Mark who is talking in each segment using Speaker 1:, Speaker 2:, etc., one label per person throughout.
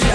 Speaker 1: 知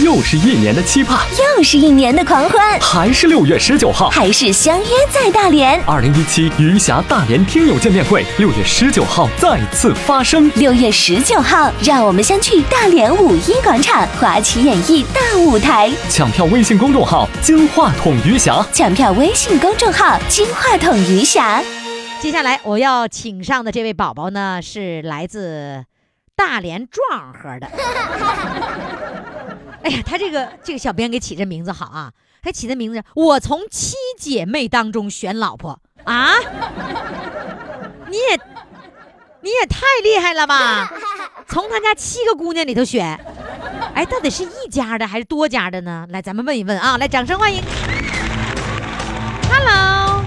Speaker 2: 又是一年的期盼，
Speaker 3: 又是一年的狂欢，
Speaker 2: 还是六月十九号。
Speaker 3: 还是相约在大连。
Speaker 2: 二零一七余霞大连听友见面会，六月十九号再次发生。
Speaker 3: 六月十九号，让我们相聚大连五一广场华旗演艺大舞台。
Speaker 2: 抢票微信公众号“金话筒余霞
Speaker 3: 抢票微信公众号“金话筒余霞
Speaker 4: 接下来我要请上的这位宝宝呢，是来自大连壮河的。哎呀，他这个这个小编给起这名字好啊，他起的名字，我从七姐妹当中选老婆啊，你也你也太厉害了吧！从他家七个姑娘里头选，哎，到底是一家的还是多家的呢？来，咱们问一问啊，来，掌声欢迎。Hello，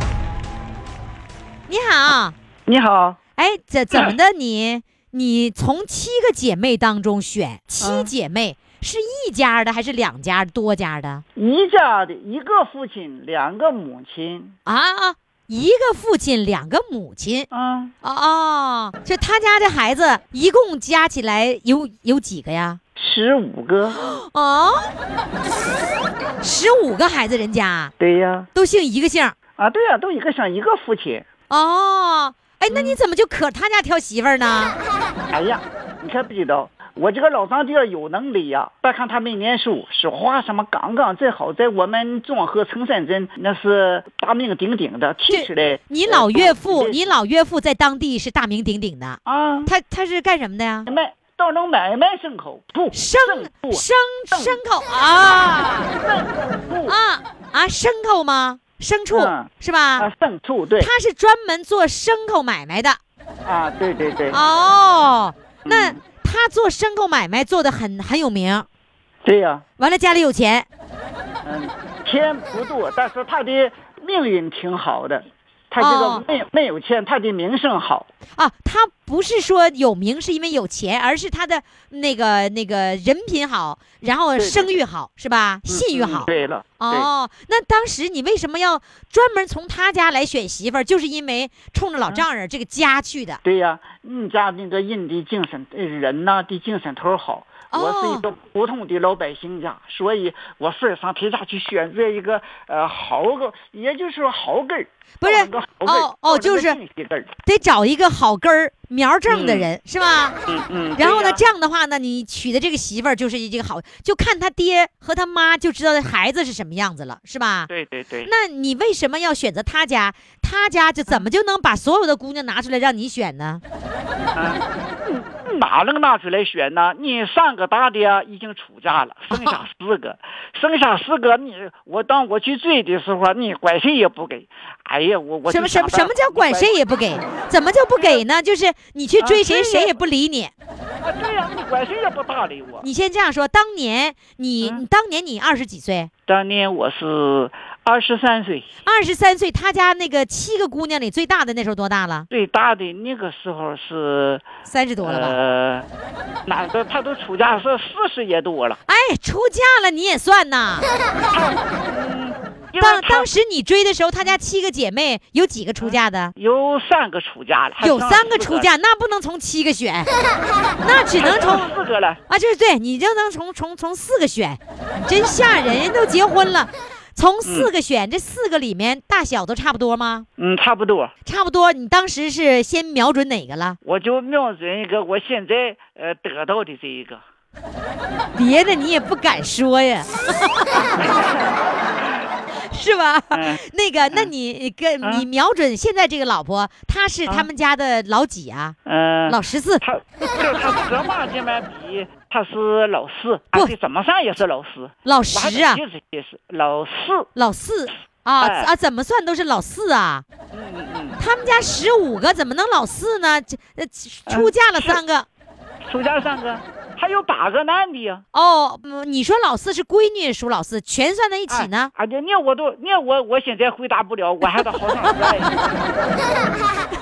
Speaker 4: 你好，
Speaker 5: 你好，
Speaker 4: 哎，怎怎么的你？你从七个姐妹当中选
Speaker 5: 嗯
Speaker 4: 七姐妹，是一家的还是两家多家的？
Speaker 5: 一家的一个父亲，两个母亲。
Speaker 4: 啊啊，一个父亲，两个母亲。
Speaker 5: 嗯，
Speaker 4: 哦哦，就他家这孩子一共加起来有有几个呀？
Speaker 5: 十五个。
Speaker 4: 哦， 十五个孩子，人家
Speaker 5: 对呀，
Speaker 4: 都姓一个姓儿。
Speaker 5: 啊，对呀，都一个姓，一个父亲。
Speaker 4: 哦，嗯哎，那你怎么就可他家挑媳妇儿呢？
Speaker 5: 哎呀，你看不知道，我这个老张家有能力呀。别看他没念书，说话什么刚刚真好，在我们庄河城山镇那是大名鼎鼎的，提起来。
Speaker 4: 你老岳
Speaker 5: 呃
Speaker 4: 父，你老岳父在当地是大名鼎鼎的，
Speaker 5: 啊，
Speaker 4: 他他是干什么的呀？
Speaker 5: 卖到能买卖牲口，不
Speaker 4: 牲
Speaker 5: 不
Speaker 4: 牲牲口啊
Speaker 5: 不
Speaker 4: 啊啊！牲口吗？牲畜
Speaker 5: 嗯
Speaker 4: 是吧
Speaker 5: 啊，？牲畜对
Speaker 4: 他是专门做牲口买卖的
Speaker 5: 啊，对对对，
Speaker 4: 哦。那
Speaker 5: 嗯
Speaker 4: 他做牲口买卖做的很很有名，
Speaker 5: 对呀。
Speaker 4: 完了家里有钱，
Speaker 5: 嗯，钱不多，但是他的命运挺好的。他这个
Speaker 4: 哦
Speaker 5: 没有、没有钱，他的名声好。
Speaker 4: 啊，他不是说有名是因为有钱，而是他的那个那个人品好，然后
Speaker 5: 对对
Speaker 4: 声誉好，是吧？信誉
Speaker 5: 嗯
Speaker 4: 好。
Speaker 5: 对了，对，
Speaker 4: 哦，那当时你为什么要专门从他家来选媳妇儿？就是因为冲着
Speaker 5: 嗯
Speaker 4: 老丈人这个家去的。
Speaker 5: 对呀、你家那个人的精神，呃人呐、的精神头
Speaker 4: 哦
Speaker 5: 好。我是一个普通的老百姓家，所以我非常陪他去选择一个呃好个，也就是说好根儿，
Speaker 4: 不是
Speaker 5: 找个好根儿
Speaker 4: 哦哦就是
Speaker 5: 找个硬气根儿
Speaker 4: 得找一个好根儿、苗正的
Speaker 5: 嗯
Speaker 4: 人，是吧？
Speaker 5: 嗯嗯。
Speaker 4: 然后呢，
Speaker 5: 对
Speaker 4: 这样的话呢，你娶的这个媳妇儿就是这个好，就看他爹和他妈就知道这孩子是什么样子了，是吧？
Speaker 5: 呀对对对，
Speaker 4: 那你为什么要选择他家？他家就怎么就能把所有的姑娘拿出来让你选呢？
Speaker 5: 哪能拿出来选呢？你上个大的呀，已经出嫁了，剩
Speaker 4: 哦
Speaker 5: 下四个，剩下四个你我当我去追的时候啊，你管谁也不给。哎呀，我我
Speaker 4: 什
Speaker 5: 就
Speaker 4: 么什
Speaker 5: 想
Speaker 4: 么
Speaker 5: 到
Speaker 4: 什么叫管谁也不给？怎么就不给呢？就是你去追
Speaker 5: 啊
Speaker 4: 谁，
Speaker 5: 对
Speaker 4: 谁
Speaker 5: 呀
Speaker 4: 也不理你。
Speaker 5: 啊对呀、你管谁也不搭理我。
Speaker 4: 你先这样说，当年你，
Speaker 5: 嗯
Speaker 4: 你当年你二十几岁，
Speaker 5: 当年我是二十三岁，
Speaker 4: 二十三岁，他家那个七个姑娘里最大的那时候多大了？
Speaker 5: 最大的那个时候是
Speaker 4: 三十多了吧？
Speaker 5: 呃，哪个他都出嫁是四十也多了。
Speaker 4: 哎，出嫁了你也算呐？
Speaker 5: 因为
Speaker 4: 当
Speaker 5: 他
Speaker 4: 当时你追的时候，他家七个姐妹有几个出嫁的？
Speaker 5: 有三个出嫁了，还
Speaker 4: 有
Speaker 5: 剩
Speaker 4: 三个
Speaker 5: 嗯四
Speaker 4: 出，嫁，那不能从七个选，那只能从
Speaker 5: 剩四个了。
Speaker 4: 啊，就是对你就能从从从四个选，你真吓人，人都结婚了，从四个选，这四个里面大小都差不多吗？
Speaker 5: 嗯，差不多。
Speaker 4: 差不多，你当时是先瞄准哪个了？
Speaker 5: 我就瞄准一个我现在呃得到的这一个，
Speaker 4: 别的你也不敢说呀。 是吧？
Speaker 5: 嗯，
Speaker 4: 那个，那你跟
Speaker 5: 嗯
Speaker 4: 你瞄准现在这个老婆，她是他们家的老几啊？
Speaker 5: 嗯，
Speaker 4: 老十四。
Speaker 5: 他就是他什么这么比，他是老四，
Speaker 4: 不
Speaker 5: 而且怎么算也是老四，
Speaker 4: 老
Speaker 5: 我还
Speaker 4: 十啊，
Speaker 5: 得记着也是老四，
Speaker 4: 老四啊
Speaker 5: 哎嗯
Speaker 4: 啊，怎么算都是老四啊？他们家十五个怎么能老四呢？这呃出
Speaker 5: 嗯
Speaker 4: 嫁了三个
Speaker 5: 出家三个，还有八个男的呀。
Speaker 4: 哦。嗯你说老四是闺女属老四，全算在一起呢？
Speaker 5: 哎？啊，你我都你我我现在回答不了，我还得好长时间。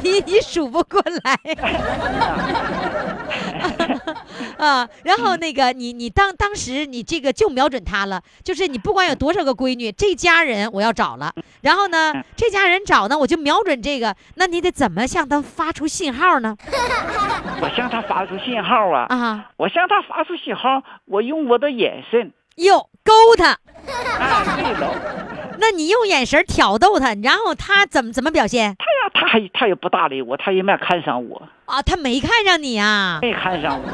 Speaker 4: 你你数不过来。 啊，然后那个你你当当时你这个就瞄准他了，就是你不管有多少个闺女，这家人我要找了。然后呢，这家人找呢，我就瞄准这个，那你得怎么向他发出信号呢？
Speaker 5: 我向他发出信号啊，
Speaker 4: 啊，
Speaker 5: 我向他发出信号，我用我的眼神。
Speaker 4: 哟，勾他，
Speaker 5: 哎，对了，
Speaker 4: 那你用眼神挑逗他，然后他怎么怎么表现
Speaker 5: 他呀，他还他也不搭理我，他也没看上我，
Speaker 4: 啊？他没看上你啊？
Speaker 5: 没看上我。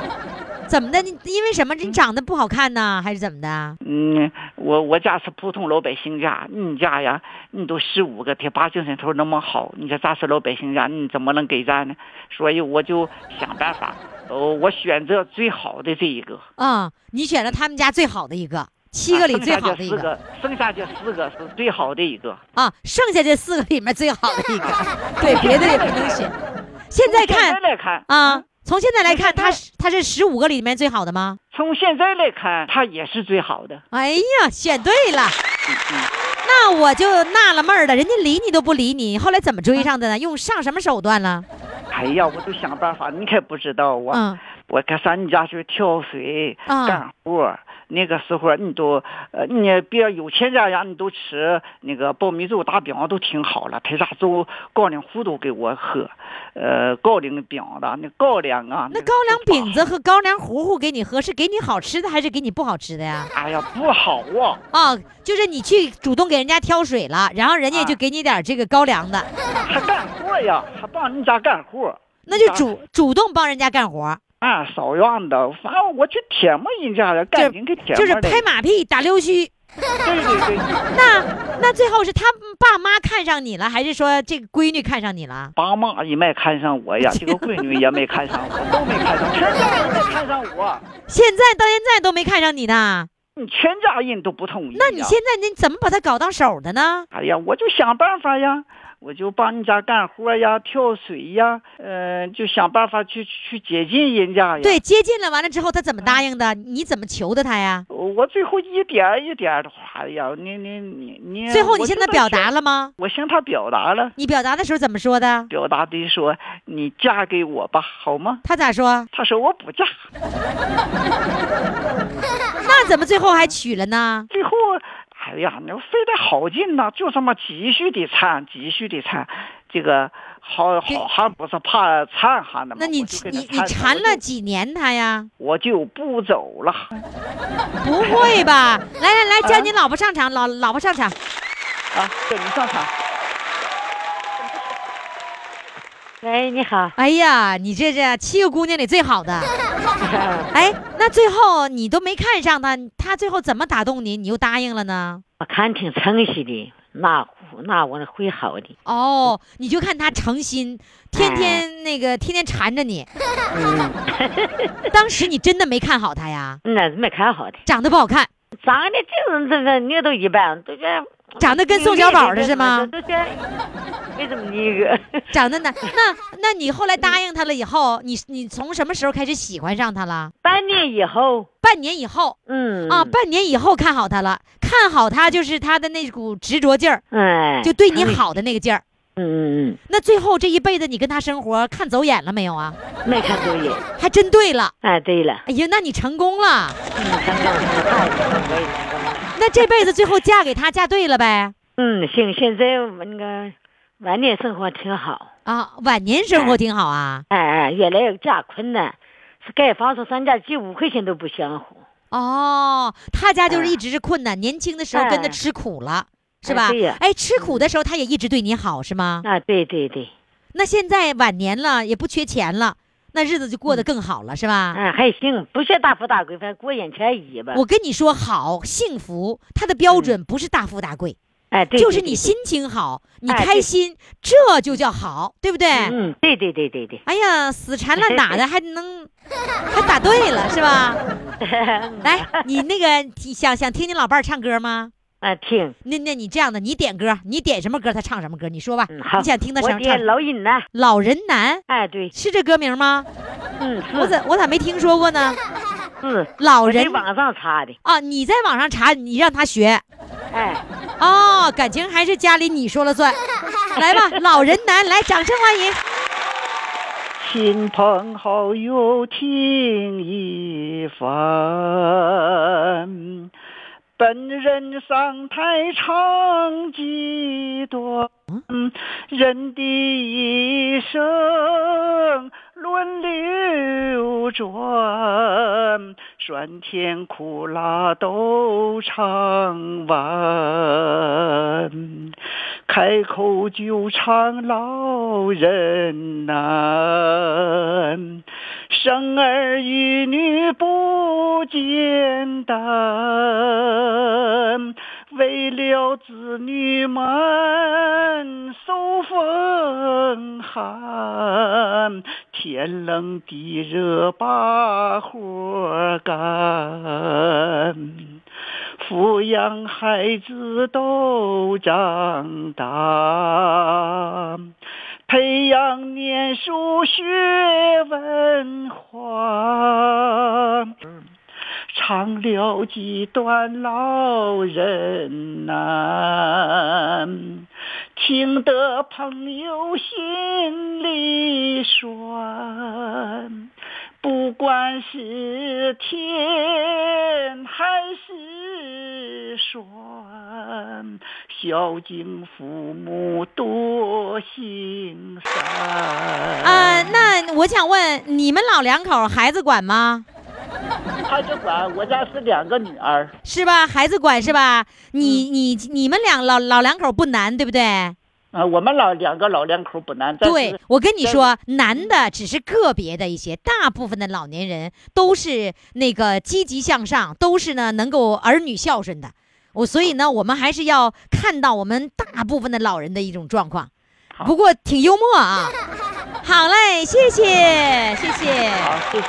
Speaker 4: 怎么的？你因为什么？你长得不好看呢，还是怎么的？啊
Speaker 5: 嗯，我我家是普通老百姓家，你家呀，你都十五个铁八精神头那么好，你说咱是老百姓家，你怎么能给咱呢？所以我就想办法，呃，我选择最好的这一个。
Speaker 4: 啊、你选了他们家最好的一个，七个里最好的一
Speaker 5: 啊
Speaker 4: 个
Speaker 5: 剩下这四个，剩下这四个是最好的一个。
Speaker 4: 啊，剩下这四个里面最好的一 个，对，别的也不能选。现在
Speaker 5: 从现
Speaker 4: 看
Speaker 5: 在来看嗯
Speaker 4: 啊，，从现在来看，
Speaker 5: 现在
Speaker 4: 他是他是十五个里面最好的吗？
Speaker 5: 从现在来看，他也是最好的。
Speaker 4: 哎呀，选对了。
Speaker 5: 嗯
Speaker 4: 那我就纳了闷儿了，人家理你都不理你，后来怎么追上的呢？用上什么手段了？
Speaker 5: 哎呀，我都想办法，你可不知道我，
Speaker 4: 嗯
Speaker 5: 我搁上你家去挑水、
Speaker 4: 啊
Speaker 5: 干活。那个时候你都，呃，你别有钱家呀，你都吃那个苞米粥、大饼都挺好了，他家粥高粱糊都给我喝，呃，高粱饼的那高粱啊，
Speaker 4: 那
Speaker 5: 个
Speaker 4: 高粱
Speaker 5: 都
Speaker 4: 饼子和高粱糊糊给你喝，是给你好吃的还是给你不好吃的 呀？
Speaker 5: 哎呀不好啊，
Speaker 4: 啊、就是你去主动给人家挑水了，然后人家
Speaker 5: 啊
Speaker 4: 就给你点儿这个高粱的，
Speaker 5: 还干活呀，还帮你家干活。
Speaker 4: 那就
Speaker 5: 啊
Speaker 4: 主主动帮人家干活儿，
Speaker 5: 啊，少院的，反正我去舔磨人家了，赶紧给舔
Speaker 4: 就是
Speaker 5: 磨的。
Speaker 4: 拍马屁打溜须。
Speaker 5: 对对对，
Speaker 4: 那那最后是他爸妈看上你了，还是说这个闺女看上你了？
Speaker 5: 爸妈也没看上 我呀，这个闺女也没看上我，都没看上，全家人没看上我，
Speaker 4: 现在到现在都没看上你呢？
Speaker 5: 你全家人都不哎同意呀。
Speaker 4: 那你现在你怎么把他搞到手的呢？
Speaker 5: 哎呀，我就想办法呀，我就帮你家干活呀，挑水呀，呃，就想办法去去接近人哎家呀。嗯
Speaker 4: 对，接近了，完了之后他怎么答应的？你怎么求的他呀？
Speaker 5: 我，我最后一点儿一点儿的话哎呀，你你你你，
Speaker 4: 最后你现在表达
Speaker 5: 了，
Speaker 4: 了吗？
Speaker 5: 我向他表达了，
Speaker 4: 你表达的时候怎么说的？
Speaker 5: 表达的说，你嫁给我吧，好吗？
Speaker 4: 他咋说？
Speaker 5: 他说我不嫁，
Speaker 4: 那怎么最后还娶了呢？
Speaker 5: 最后，哎呀，那非得好劲呐、就这么继续的缠，继续的缠，这个好
Speaker 4: 这
Speaker 5: 好汉不是怕缠汉的吗？
Speaker 4: 那你
Speaker 5: 我就跟
Speaker 4: 你
Speaker 5: 他
Speaker 4: 你缠了
Speaker 5: 我就
Speaker 4: 几年他呀？
Speaker 5: 我就不走了。啊
Speaker 4: 不会吧？ 来来来，叫你老婆上场，老老婆上场。
Speaker 5: 啊，叫你上场。
Speaker 6: 喂，你好，
Speaker 4: 哎呀，你这是七个姑娘里最好 的。哎，那最后你都没看上他，他最后怎么打动你，你又答应了呢？
Speaker 6: 我看挺诚实的，那那我会好的。
Speaker 4: 哦，你就看他诚心，天
Speaker 6: 哎
Speaker 4: 天那个天天缠着 你。当时你真的没看好他呀？
Speaker 6: 那没看好的，
Speaker 4: 长得不好看，
Speaker 6: 长得就是这个你都一般，都觉得
Speaker 4: 长得跟宋小宝似的是吗
Speaker 6: 都觉得没怎么一个，
Speaker 4: 长得呢？那那你后来答应他了以后，你你从什么时候开始喜欢上他了？
Speaker 6: 半年以后，
Speaker 4: 半年以后
Speaker 6: 嗯
Speaker 4: 啊，半年以后看好他了，看好他就是他的那股执着劲儿，
Speaker 6: 哎，
Speaker 4: 就对你好的那个劲儿。
Speaker 6: 嗯，嗯
Speaker 4: 那最后这一辈子你跟他生活看走眼了没有啊？
Speaker 6: 嗯，没看走眼。
Speaker 4: 还真对了。
Speaker 6: 哎，对了，
Speaker 4: 哎呀，那你成功了，
Speaker 6: 嗯，成功成功太成功了。
Speaker 4: 那这辈子最后嫁给他嫁对了呗？
Speaker 6: 嗯，行，现在我那个晚年生活挺好，
Speaker 4: 啊，晚年生活挺好啊。
Speaker 6: 哎哎，越来越家困难，是盖房子咱家借五块钱都不相乎。
Speaker 4: 哦，他家就是一直是困难，年轻的时候跟着
Speaker 6: 哎
Speaker 4: 吃苦了，是
Speaker 6: 哎
Speaker 4: 吧
Speaker 6: 对呀？嗯
Speaker 4: 哎，吃苦的时候他也一直对你好，是吗？
Speaker 6: 啊，对对对，
Speaker 4: 那现在晚年了，也不缺钱了，那日子就过得更好了，是吧？
Speaker 7: 嗯，还行，不是大富大贵，反正过眼前而已吧。
Speaker 4: 啊我跟你说，好幸福，它的标
Speaker 6: 嗯
Speaker 4: 准不是大富大贵，
Speaker 7: 哎，对，
Speaker 4: 就是
Speaker 7: 对
Speaker 4: 你，心情好，你
Speaker 7: 哎
Speaker 4: 开
Speaker 7: 对
Speaker 4: 心，这就叫好，对不对？
Speaker 7: 对嗯，对对对对对，
Speaker 4: 哎呀，死缠烂打的还能还打对了是吧？ 来，你那个你想想听你老伴儿唱歌吗？
Speaker 7: 嗯，听，
Speaker 4: 那那你这样的，你点歌，你点什么歌，他唱什么歌，你说吧。
Speaker 7: 嗯，好，
Speaker 4: 你想听他
Speaker 7: 我
Speaker 4: 唱唱
Speaker 7: 爹
Speaker 4: 《
Speaker 7: 老人呢？
Speaker 4: 老人难》
Speaker 7: 哎，对，
Speaker 4: 是这歌名吗？
Speaker 7: 嗯，是
Speaker 4: 我咋我咋没听说过 呢？
Speaker 7: 是，
Speaker 4: 老
Speaker 7: 我在
Speaker 4: 人
Speaker 7: 网上查的，
Speaker 4: 啊，你在网上查，你让他学
Speaker 7: 哎，
Speaker 4: 哦，感情还是家里你说了算。来吧，《老人难》，来，掌声欢迎。
Speaker 8: 亲朋好友听一番，本人上台唱几段。
Speaker 4: 嗯
Speaker 8: 人的一生轮流转，酸甜苦辣都尝完。开口就唱老人难，生儿育女不简单，为了子女们受风寒，天冷地热把活儿干。抚养孩子都长大，培养念书学文化。唱了几段老人难、听得朋友心里酸。不管是甜还是酸，孝敬父母多行 善。
Speaker 4: 啊，那我想问，你们老两口孩子管吗？
Speaker 8: 他就管我家是两个女儿，
Speaker 4: 是吧？孩子管是吧？你你你们两老老两口不难，对不对？
Speaker 8: 啊，
Speaker 9: 呃
Speaker 8: 我们老两个老两口不难，但
Speaker 4: 对
Speaker 8: 是，
Speaker 4: 我跟你
Speaker 8: 但
Speaker 4: 说，难的只是个别的一些，大部分的老年人都是那个积极向上，都是呢能够儿女孝顺的。我所以呢，我们还是要看到我们大部分的老人的一种状况。不过挺幽默啊。好嘞，谢谢，谢谢。
Speaker 8: 好，谢谢。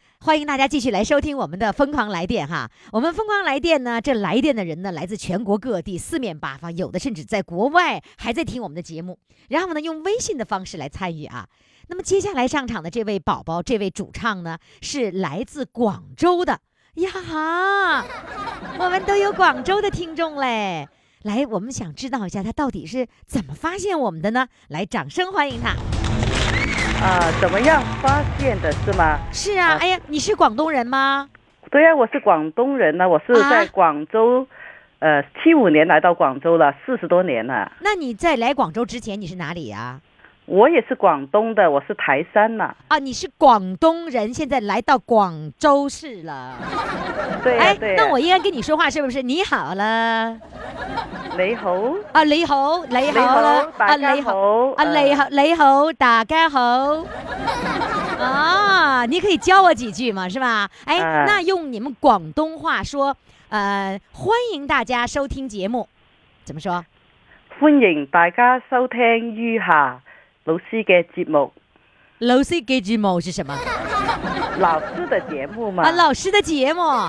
Speaker 4: 欢迎大家继续来收听我们的《疯狂来电》哈。我们《疯狂来电》呢，这来电的人呢，来自全国各地，四面八方，有的甚至在国外还在听我们的节目。然后呢，用微信的方式来参与啊。那么接下来上场的这位宝宝，这位主唱呢，是来自广州的呀哈，我们都有广州的听众嘞。来，我们想知道一下他到底是怎么发现我们的呢？来，掌声欢迎他。
Speaker 9: 啊，怎么样发现的是吗？
Speaker 4: 是啊，哎呀，你是广东人吗？
Speaker 9: 对呀、我是广东人呢，我是
Speaker 4: 啊
Speaker 9: 在广州，呃，七五年来到广州了，四十多年了。
Speaker 4: 那你在来广州之前，你是哪里呀、
Speaker 9: 我也是广东的，我是台山呐。
Speaker 4: 啊？你是广东人，现在来到广州市了。
Speaker 9: 对呀、
Speaker 4: 哎，
Speaker 9: 对、呀。
Speaker 4: 那我应该跟你说话是不是？你好了
Speaker 9: 雷猴，
Speaker 4: 啊，你好，你
Speaker 9: 雷
Speaker 4: 好了
Speaker 9: 猴，
Speaker 4: 啊，
Speaker 9: 大家
Speaker 4: 你好，
Speaker 9: 好，呃
Speaker 4: 啊，你好，你好，大家好。啊，你可以教我几句嘛，是吧？哎，
Speaker 9: 啊
Speaker 4: 那用你们广东话说，呃，欢迎大家收听节目，怎么说？
Speaker 9: 欢迎大家收聽於下老師嘅節目，
Speaker 4: 老师给句某是什么？
Speaker 9: 老師的節目嘛。
Speaker 4: 啊，老师的节目啊、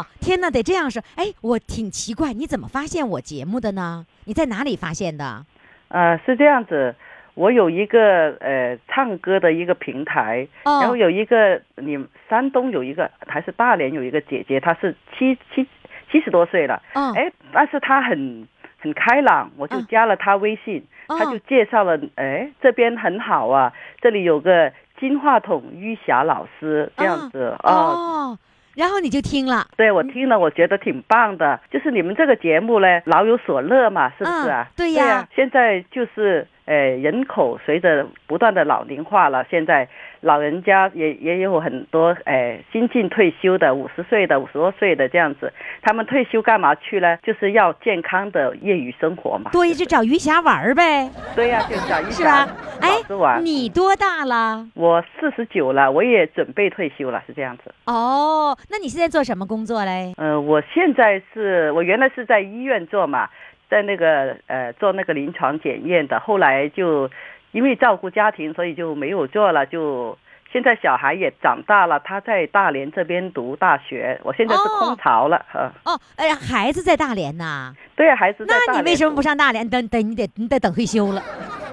Speaker 9: 嗯
Speaker 4: 天哪，得这样说。哎，我挺奇怪，你怎么发现我节目的呢？你在哪里发现的？
Speaker 9: 呃，是这样子，我有一个呃唱歌的一个平台，
Speaker 4: 哦
Speaker 9: 然后有一个你们山东有一个还是大连有一个姐姐，她是七七七十多岁了，
Speaker 4: 嗯
Speaker 9: 哎、但是她很很开朗，我就
Speaker 4: 嗯
Speaker 9: 加了她微信，
Speaker 4: 哦
Speaker 9: 她就介绍了，哎，这边很好啊，这里有个金话筒玉霞老师这样子啊、
Speaker 4: 哦，然后你就听了，
Speaker 9: 对我听
Speaker 4: 嗯
Speaker 9: 了，我觉得挺棒的。就是你们这个节目呢，老有所乐嘛，是不是啊？
Speaker 4: 嗯对呀
Speaker 9: 现在就是呃，人口随着不断的老龄化了，现在老人家也也有很多呃新近退休的，五十岁的、五十多岁的这样子，他们退休干嘛去呢？就是要健康的业余生活嘛。
Speaker 4: 多一就找余霞玩儿 呗，
Speaker 9: 对呀、就找一
Speaker 4: 是吧
Speaker 9: 下，？
Speaker 4: 哎
Speaker 9: 老子玩。，
Speaker 4: 你多大了？
Speaker 9: 我四十九了，我也准备退休了，是这样子。
Speaker 4: 哦，那你现在做什么工作嘞？
Speaker 9: 呃，我现在是我原来是在医院做嘛，在那个呃做那个临床检验的，后来就因为照顾家庭，所以就没有做了。就现在小孩也长大了，他在大连这边读大学，我现在是
Speaker 4: 哦
Speaker 9: 空巢了。呃，
Speaker 4: 哦，哎，孩子在大连呐，
Speaker 9: 对啊，孩子在大
Speaker 4: 那你
Speaker 9: 连
Speaker 4: 为什么
Speaker 9: 读
Speaker 4: 不上大连？等等，你得你得等退休了，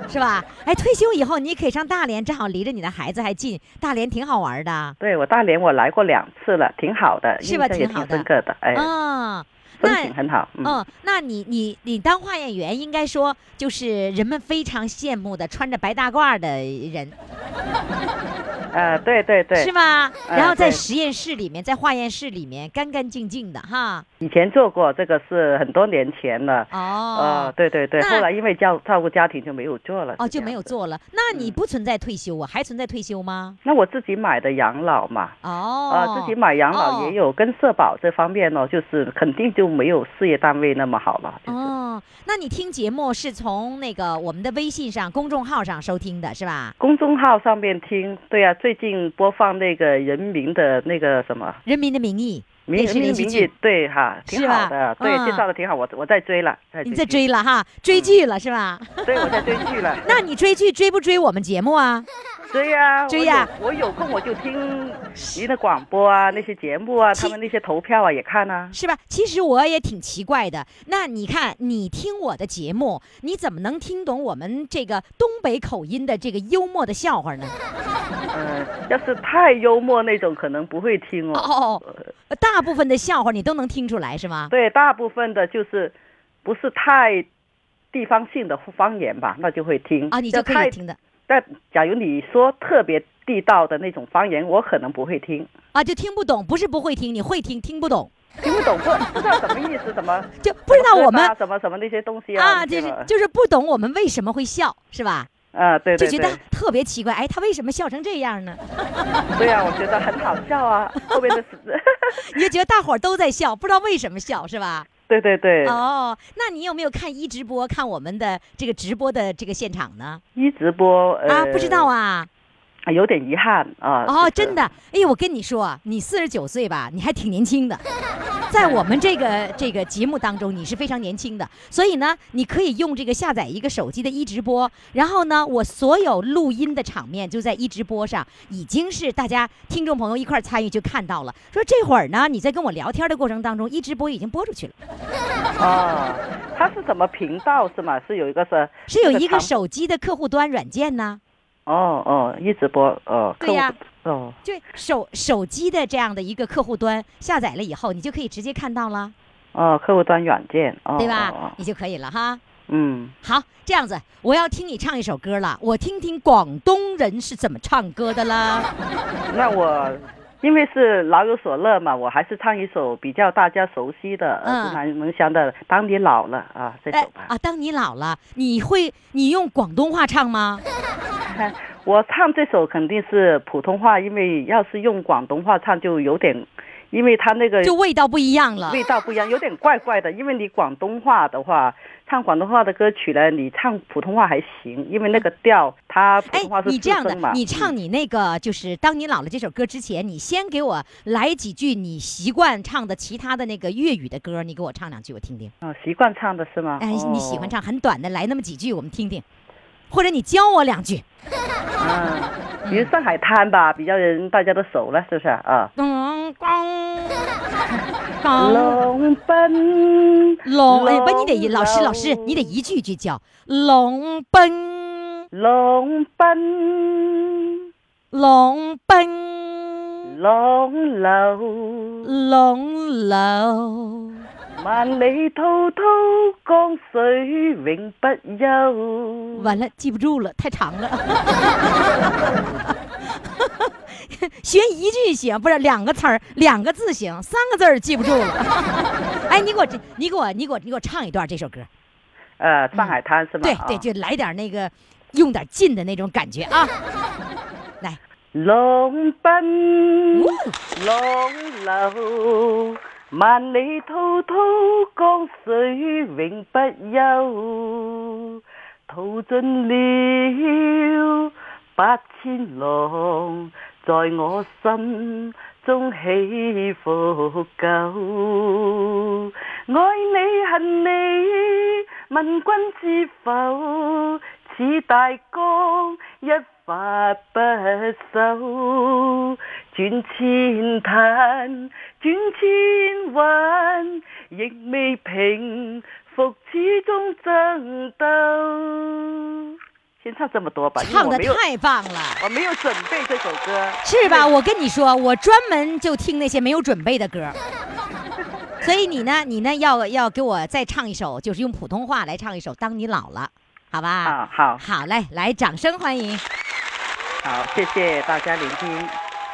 Speaker 4: 是吧？哎，退休以后你可以上大连，正好离着你的孩子还近，大连挺好玩儿的。
Speaker 9: 对我大连我来过两次了，挺好的，
Speaker 4: 是吧
Speaker 9: 印象也
Speaker 4: 挺好
Speaker 9: 挺
Speaker 4: 的
Speaker 9: 深刻的，哎，
Speaker 4: 啊，
Speaker 9: 风
Speaker 4: 那
Speaker 9: 景很好。嗯，
Speaker 4: 嗯，那你你你当化验员，应该说就是人们非常羡慕的穿着白大褂儿的人，
Speaker 9: 呃，对对对，
Speaker 4: 是吗？
Speaker 9: 哎
Speaker 4: 然后在
Speaker 9: 对
Speaker 4: 实验室里面，在化验室里面干干净净的哈。
Speaker 9: 以前做过这个是很多年前了。呃
Speaker 4: 哦，
Speaker 9: 对对对，
Speaker 4: 那
Speaker 9: 后来因为照照顾家庭就没有做了，
Speaker 4: 哦，
Speaker 9: 是这
Speaker 4: 就没
Speaker 9: 样
Speaker 4: 有
Speaker 9: 子。嗯
Speaker 4: 做了。那你不存在退休啊？还存在退休吗？
Speaker 9: 那我自己买的养老嘛，
Speaker 4: 哦，
Speaker 9: 啊，自己买养老也有跟社保这方面呢，哦就是肯定就没有事业单位那么好了，就是、
Speaker 4: 哦，那你听节目是从那个我们的微信上、公众号上收听的是吧？
Speaker 9: 公众号上面听，对啊，最近播放那个人民的那个什么
Speaker 4: 《人民的名义》
Speaker 9: 民
Speaker 4: 电视
Speaker 9: 人民
Speaker 4: 连续
Speaker 9: 名
Speaker 4: 剧
Speaker 9: 义，对哈，挺
Speaker 4: 是吧
Speaker 9: 好的，对，
Speaker 4: 嗯
Speaker 9: 介绍的挺好，我我在追了，嗯
Speaker 4: 你在追了哈，追剧了是吧？，
Speaker 9: 剧，对，我在追剧了
Speaker 4: 那你追剧追不追我们节目啊？
Speaker 9: 追呀、
Speaker 4: 追呀
Speaker 9: 我有，我有空我就听您的广播啊，那些节目啊，
Speaker 4: 其
Speaker 9: 他们那些投票啊也看啊，
Speaker 4: 是吧？其实我也挺奇怪的。那你看，你听我的节目，你怎么能听懂我们这个东北口音的这个幽默的笑话呢？
Speaker 9: 嗯、要是太幽默那种可能不会听哦
Speaker 4: 哦，大部分的笑话你都能听出来是吗？
Speaker 9: 对，大部分的就是不是太地方性的方言吧，那就会听
Speaker 4: 啊，你就可
Speaker 9: 要
Speaker 4: 以
Speaker 9: 太
Speaker 4: 听的
Speaker 9: 但假如你说特别地道的那种方言，我可能不会听，
Speaker 4: 啊，就听不懂，不是不会听，你会听，听不懂，
Speaker 9: 听不懂，不不知道什么意思，什么
Speaker 4: 就不知道我们
Speaker 9: 什么歌啊什么什么那些东西啊，
Speaker 4: 啊，
Speaker 9: 那
Speaker 4: 就
Speaker 9: 些
Speaker 4: 是就是不懂我们为什么会笑，是吧？
Speaker 9: 啊，对
Speaker 4: 就
Speaker 9: 对
Speaker 4: 觉
Speaker 9: 对
Speaker 4: 得，特别奇怪，哎，他为什么笑成这样呢？
Speaker 9: 对啊，我觉得很好 笑啊，后面的是，
Speaker 4: 你就觉得大伙儿都在笑，不知道为什么笑，是吧？
Speaker 9: 对对对，
Speaker 4: 哦，那你有没有看一直播，看我们的这个直播的这个现场呢？
Speaker 9: 一直播呃
Speaker 4: 啊，不知道，啊。
Speaker 9: 有点遗憾啊，
Speaker 4: 哦，
Speaker 9: 就是
Speaker 4: 真的，哎，我跟你说啊，你四十九岁吧，你还挺年轻的，在我们这个这个节目当中，你是非常年轻的，所以呢，你可以用这个下载一个手机的一直播，然后呢，我所有录音的场面就在一直播上，已经是大家听众朋友一块儿参与就看到了。说这会儿呢，你在跟我聊天的过程当中，一直播已经播出去了，
Speaker 9: 哦，它是什么频道是吗？是有一个是
Speaker 4: 是有一个
Speaker 9: 长
Speaker 4: 手机的客户端软件呢，
Speaker 9: 哦哦，一直播哦，
Speaker 4: 对
Speaker 9: 客户
Speaker 4: 呀
Speaker 9: 哦，
Speaker 4: 就手手机的这样的一个客户端下载了以后，你就可以直接看到了，
Speaker 9: 哦，客户端软件，哦，
Speaker 4: 对
Speaker 9: 哦
Speaker 4: 吧？？
Speaker 9: 哦
Speaker 4: 你就可以了哈。
Speaker 9: 嗯，
Speaker 4: 好，这样子，我要听你唱一首歌了，我听听广东人是怎么唱歌的 啦。哎
Speaker 9: 那我因为是老有所乐嘛，我还是唱一首比较大家熟悉的呃
Speaker 4: 嗯
Speaker 9: 耳熟能能详的《当你老了》啊，这
Speaker 4: 哎
Speaker 9: 首吧。
Speaker 4: 啊，当你老了，你会你用广东话唱吗？
Speaker 9: 哎我唱这首肯定是普通话，因为要是用广东话唱就有点，因为它那个
Speaker 4: 就味道不一样了。
Speaker 9: 味道不一样，有点怪怪的。因为你广东话的话，唱广东话的歌曲呢，你唱普通话还行，因为那个调它普
Speaker 4: 哎
Speaker 9: 通话，是
Speaker 4: 你这样
Speaker 9: 四
Speaker 4: 的
Speaker 9: 声嘛。，
Speaker 4: 你唱你那个就是《当你老了》这首歌之前，你先给我来几句你习惯唱的其他的那个粤语的歌，你给我唱两句，我听听。
Speaker 9: 嗯、哦习惯唱的是吗？
Speaker 4: 哎，你喜欢
Speaker 9: 哦
Speaker 4: 唱很短的，来那么几句，我们听听，或者你教我两句。嗯
Speaker 9: 比如上海滩吧，比较人大家都熟了，是不是啊？
Speaker 4: 咚 咣咣。
Speaker 9: 龙奔
Speaker 4: 哦龙哎，不，你得一老师，
Speaker 9: 龙
Speaker 4: 老师，你得一句一句教。龙奔，
Speaker 9: 龙奔
Speaker 4: 龙奔，
Speaker 9: 龙楼，
Speaker 4: 龙楼。
Speaker 9: 萬里滔滔江水永不休。
Speaker 4: 完了，记不住了，太长了。 学一句行，不是两个词儿，两个字行，三个字儿记不住了。 哎，你给我这，你给我，你给我，你给我唱一段这首歌。
Speaker 6: 呃，上海滩是吧？
Speaker 4: 对
Speaker 6: 啊
Speaker 4: 对，就来点那个，用点劲的那种感觉 啊。来，
Speaker 6: 龙奔
Speaker 4: 呜
Speaker 6: 龙流，萬里滔滔江水永不休，淘盡了八千浪，在我心中起伏久。愛你恨你，問君知否？似大江一發不收，轉千灘，轉千彎，亦未平復，始終爭鬥。先唱這麼多吧，因為
Speaker 4: 唱
Speaker 6: 我
Speaker 4: 的
Speaker 6: 沒有，
Speaker 4: 太棒了。
Speaker 6: 我沒有準備這首歌。
Speaker 4: 是吧？我跟你说，我专门就听那些没有准备的 歌。所以你呢，你呢要要给我再唱一首，就是用普通话来唱一首《当你老了》，好吧？
Speaker 6: 啊，好。
Speaker 4: 好嘞，来，掌声欢迎！
Speaker 6: 好，谢谢大家聆听。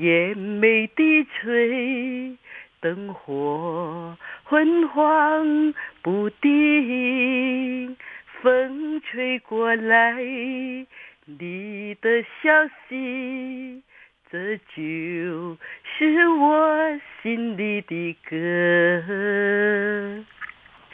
Speaker 6: 眼眉低垂，灯火昏黄不定，风吹过来，你的消息，这就是我心里的歌。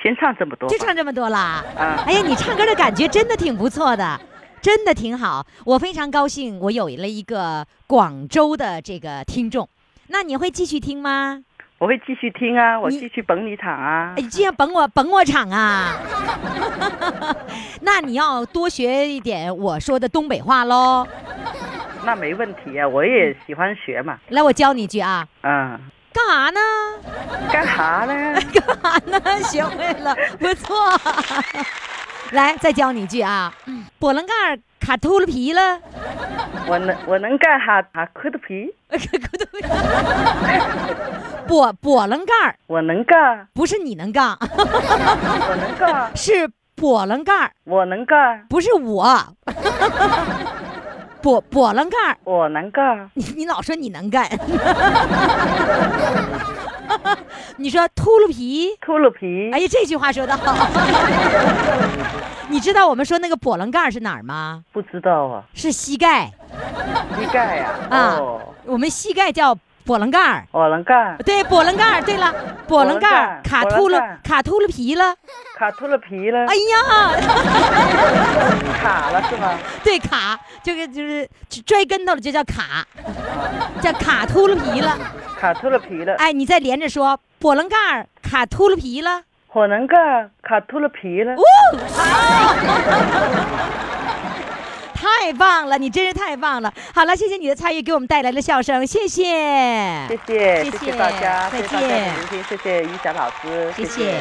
Speaker 6: 先唱这么多吧，
Speaker 4: 就唱这么多啦。
Speaker 6: 啊
Speaker 4: 哎呀，你唱歌的感觉真的挺不错的，真的挺好。我非常高兴，我有了一个广州的这个听众。那你会继续听吗？
Speaker 6: 我会继续听啊，我
Speaker 4: 你
Speaker 6: 继续捧你场啊
Speaker 4: 哎，。你这样甭我甭我场啊！ 那你要多学一点我说的东北话喽。
Speaker 6: 那没问题啊，我也喜欢学嘛。
Speaker 4: 来，我教你一句啊，
Speaker 6: 嗯，
Speaker 4: 干啥呢？
Speaker 6: 干啥呢？
Speaker 4: 干啥呢？学会了，不错。来，再教你一句啊，波棱盖儿卡秃噜皮了，
Speaker 6: 我能我能干哈哈磕的皮，
Speaker 4: 呃 波波棱盖儿
Speaker 6: 我能干，
Speaker 4: 不是你能干，
Speaker 6: 我能干，
Speaker 4: 是波棱盖儿，
Speaker 6: 我能干，
Speaker 4: 不是我。 波波棱盖儿，
Speaker 6: 我能干，
Speaker 4: 你你老说你能干， 你说秃噜皮，
Speaker 6: 秃噜皮
Speaker 4: 哎，呀，这句话说的好。 你知道我们说那个波棱盖儿是哪儿吗？
Speaker 6: 不知道啊，
Speaker 4: 是膝盖
Speaker 6: 膝盖呀、
Speaker 4: 啊
Speaker 6: 哦，
Speaker 4: 我们膝盖叫波棱盖儿。
Speaker 6: 我能干，
Speaker 4: 对，波棱盖儿。对了，波棱盖儿
Speaker 6: 波棱盖儿
Speaker 4: 卡秃
Speaker 6: 波棱盖
Speaker 4: 噜
Speaker 6: 儿
Speaker 4: 卡秃噜皮了。
Speaker 6: 卡秃噜皮了，
Speaker 4: 哎呀，
Speaker 6: 卡了是吗？
Speaker 4: 对卡，这个就是摔跟头了，就叫卡，叫卡秃噜皮了。
Speaker 6: 卡秃噜皮了，
Speaker 4: 哎，你再连着说，波棱盖儿卡秃噜皮了。
Speaker 6: 我能干，卡秃噜皮
Speaker 4: 哦
Speaker 6: 了，
Speaker 4: 太棒了，你真是太棒了！好了，谢谢你的参与，给我们带来了笑声，谢谢，
Speaker 6: 谢谢
Speaker 4: 谢谢
Speaker 6: 谢大家，
Speaker 4: 再
Speaker 6: 谢谢大家
Speaker 4: 见
Speaker 6: 的聆听，谢谢于霞老师，
Speaker 4: 谢
Speaker 6: 谢
Speaker 4: 谢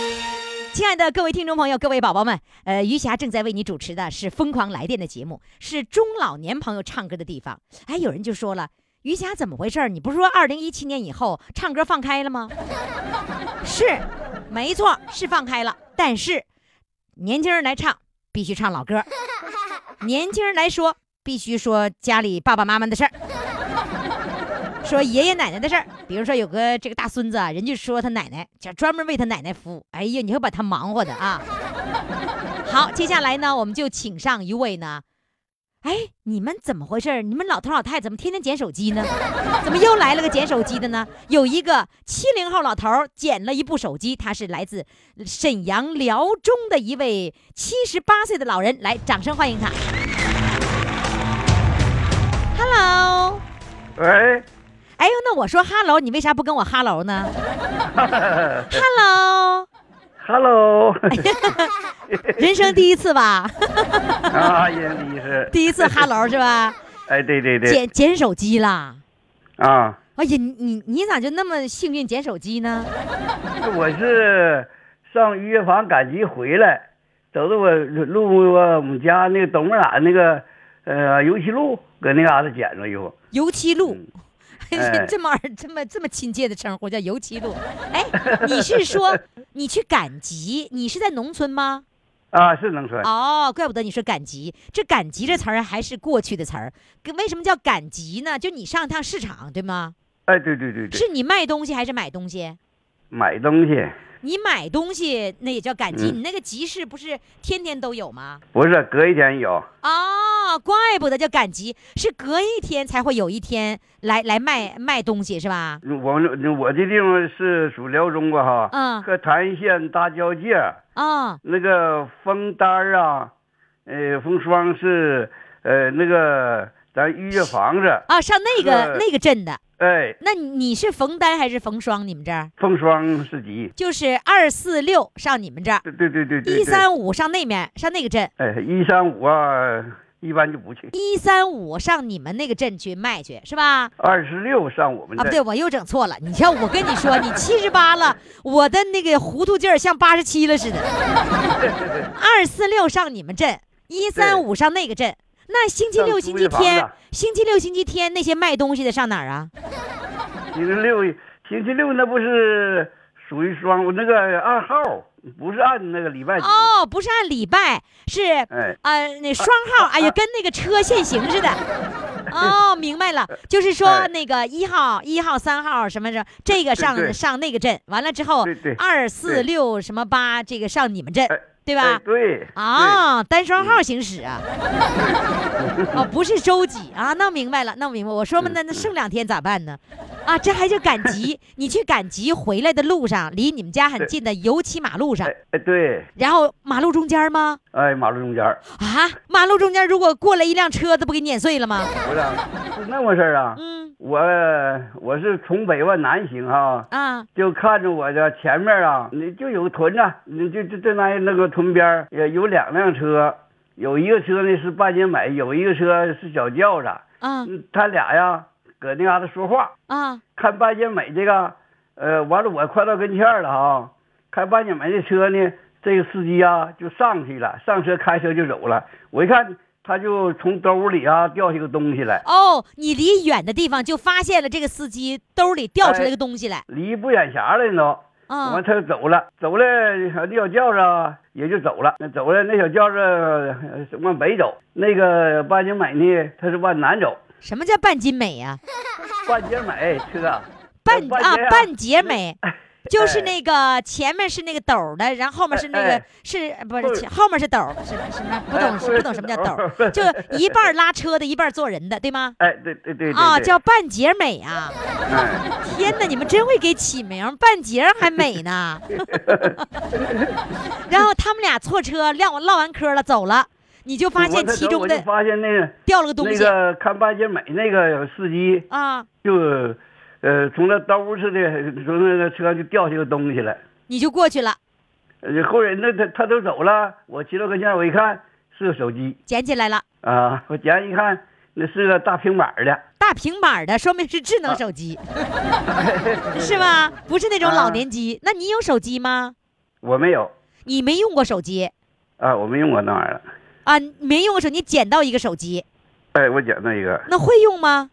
Speaker 4: 亲爱的各位听众朋友，各位宝宝们，呃，余霞正在为你主持的是《疯狂来电》的节目，是中老年朋友唱歌的地方。哎，有人就说了，余霞怎么回事儿？你不是说二零一七年以后唱歌放开了吗？是，没错，是放开了。但是，年轻人来唱必须唱老歌，年轻人来说必须说家里爸爸妈妈的事儿，说爷爷奶奶的事儿。比如说有个这个大孙子啊，人家说他奶奶，就专门为他奶奶服务。哎呀，你会把他忙活的啊。好，接下来呢，我们就请上一位呢。哎，你们怎么回事儿？你们老头老太太怎么天天捡手机呢？怎么又来了个捡手机的呢？有一个七零后老头儿捡了一部手机，他是来自沈阳辽中的一位七十八岁的老人，来，掌声欢迎他。Hello，
Speaker 10: 喂，
Speaker 4: 哎呦，那我说 Hello，你为啥不跟我 Hello 呢？Hello，
Speaker 10: Hello，
Speaker 4: 人生第一次吧，
Speaker 10: 啊，燕迪是，
Speaker 4: 第一次 Hello 是吧？
Speaker 10: 哎，对对对，
Speaker 4: 捡捡手机啦。
Speaker 10: 啊，
Speaker 4: 哎呀，你你你咋就那么幸运捡手机呢？
Speaker 10: 我是上医院房赶集回来，走到我路过我们家那个东门眼那个呃油漆路，搁那嘎达捡着一户，
Speaker 4: 油漆路，
Speaker 10: 嗯 哎
Speaker 4: 这么儿这么这么亲切的称呼叫油漆路。哎，你是说你去赶集？你是在农村吗？
Speaker 10: 啊，是农村，
Speaker 4: 哦，怪不得你说赶集，这赶集
Speaker 10: 嗯
Speaker 4: 这词儿还是过去的词儿。跟为什么叫赶集呢？就你上趟市场对吗？
Speaker 10: 哎，对对对对，
Speaker 4: 是你卖东西还是买东西？
Speaker 10: 买东西
Speaker 4: 你买东西那也叫赶集，
Speaker 10: 嗯
Speaker 4: 你那个集市不是天天都有吗？
Speaker 10: 不是隔一天有，
Speaker 4: 哦，怪不得叫赶集，是隔一天才会有一天来来卖卖东西是吧？
Speaker 10: 我们我这地方是属辽中国哈，
Speaker 4: 嗯
Speaker 10: 和谭县搭交界，
Speaker 4: 啊、
Speaker 10: 那个枫丹儿啊，呃，枫霜是呃那个咱玉月房子，
Speaker 4: 啊，上那个
Speaker 10: 是
Speaker 4: 那个镇的，
Speaker 10: 哎，
Speaker 4: 那你是逢单还是逢双？你们这儿
Speaker 10: 风霜是吉，
Speaker 4: 就是二四六上你们这儿，
Speaker 10: 对对对对对，
Speaker 4: 一三五上那面上那个镇，
Speaker 10: 哎一三五啊，一般就不去，
Speaker 4: 一三五上你们那个镇去卖去是吧？
Speaker 10: 二十六上我们
Speaker 4: 啊，不
Speaker 10: 这，
Speaker 4: 对，我又整错了。你像我跟你说，你七十八了，我的那个糊涂劲儿像八十七了似的。二四六上你们镇，一三五上那个镇。那星期六、
Speaker 10: 上
Speaker 4: 星
Speaker 10: 租
Speaker 4: 期
Speaker 10: 一房
Speaker 4: 天
Speaker 10: 子，
Speaker 4: 星期六、星期天那些卖东西的上哪儿啊？
Speaker 10: 星期六星期六那不是属于双那个按号，不是按那个礼拜几，
Speaker 4: 哦，不是按礼拜，是
Speaker 10: 哎
Speaker 4: 呃那双号。哎呀，跟那个车限行似的。哦，明白了，就是说
Speaker 10: 哎
Speaker 4: 那个一号、一号、三号什么什么，这个
Speaker 10: 对
Speaker 4: 上
Speaker 10: 对
Speaker 4: 上那个镇，完了之后
Speaker 10: 对对
Speaker 4: 二四
Speaker 10: 对
Speaker 4: 六什么八这个上你们镇
Speaker 10: 哎，
Speaker 4: 对
Speaker 10: 哎
Speaker 4: 吧？
Speaker 10: 对，嗯
Speaker 4: 啊，单双号行驶啊， 哦，不是周几啊？那明白了，那我明白。我说嘛，那那剩两天咋办呢？啊，这还叫赶集？你去赶集回来的路上，离你们家很
Speaker 10: 对
Speaker 4: 近的油漆马路上
Speaker 10: 对，哎，哎对，
Speaker 4: 然后马路中间吗？
Speaker 10: 哎马路中间儿
Speaker 4: 啊，马路中间如果过来一辆车子，不给碾碎了吗？
Speaker 10: 不是啊是那么事儿啊，
Speaker 4: 嗯
Speaker 10: 我我是从北往南行哈。
Speaker 4: 啊，
Speaker 10: 就看着我的前面啊，你就有屯子，你就就这那那个屯边儿也有两辆车，有一个车呢是半截美，有一个车是小轿子。
Speaker 4: 啊
Speaker 10: 嗯他俩呀搁那嘎达说话，
Speaker 4: 啊
Speaker 10: 看半截美这个，呃，完了我快到跟前儿了啊，开半截美这车呢，这个司机啊就上去了，上车开车就走了。我一看，他就从兜里啊掉下个东西来，
Speaker 4: 哦，你离远的地方就发现了这个司机兜里掉出来
Speaker 10: 哎
Speaker 4: 个东西来
Speaker 10: 离不远前儿了都。
Speaker 4: 啊
Speaker 10: 完，他就走了，走了，那小轿子啊也就走了，那走了，那小轿子呃往北走，那个半截美呢，它是往南走，
Speaker 4: 什么叫半斤美呀、
Speaker 10: 半截美车啊，
Speaker 4: 半
Speaker 10: 半
Speaker 4: 啊
Speaker 10: 截啊
Speaker 4: 半截美，就是
Speaker 10: 哎
Speaker 4: 那个前面是那个斗儿的，然后后面是那
Speaker 10: 哎
Speaker 4: 个
Speaker 10: 哎
Speaker 4: 是呃不
Speaker 10: 后
Speaker 4: 是后面是斗儿，什么什么不
Speaker 10: 哎
Speaker 4: 懂
Speaker 10: 后面
Speaker 4: 不懂
Speaker 10: 是
Speaker 4: 什么叫
Speaker 10: 斗
Speaker 4: 斗
Speaker 10: 儿
Speaker 4: 儿，就一半儿拉车的，一半儿坐人的，对吗？
Speaker 10: 哎，对对对对
Speaker 4: 啊，
Speaker 10: 对
Speaker 4: 叫半截美啊！
Speaker 10: 哎，
Speaker 4: 天哪，你们真会给起名儿，半截儿还美呢。 然后他们俩错车，唠完唠完嗑了，走了，你就发
Speaker 10: 我
Speaker 4: 现
Speaker 10: 他
Speaker 4: 其
Speaker 10: 走
Speaker 4: 中
Speaker 10: 我就
Speaker 4: 的
Speaker 10: 发现那个
Speaker 4: 掉了个东
Speaker 10: 那
Speaker 4: 西
Speaker 10: 个看半截美那个司机
Speaker 4: 啊，
Speaker 10: 就，呃，从那兜似的，从那个车上就掉下个东西来，
Speaker 4: 你就过去了，
Speaker 10: 呃后人那他他都走了，我骑到跟前儿我一看是个手机
Speaker 4: 捡起来了，
Speaker 10: 啊，我捡一看那是个大平板儿的。
Speaker 4: 大平板儿的，说明是智
Speaker 10: 啊
Speaker 4: 能手 机。是吧？不是那种
Speaker 10: 啊
Speaker 4: 老年机。那你有手机吗？
Speaker 10: 我没有
Speaker 4: 你没用过手机
Speaker 10: 啊，我没用过那玩意儿。
Speaker 4: 啊？没用过手机，你捡到一个手机，
Speaker 10: 哎，我捡到一个，
Speaker 4: 那会用吗？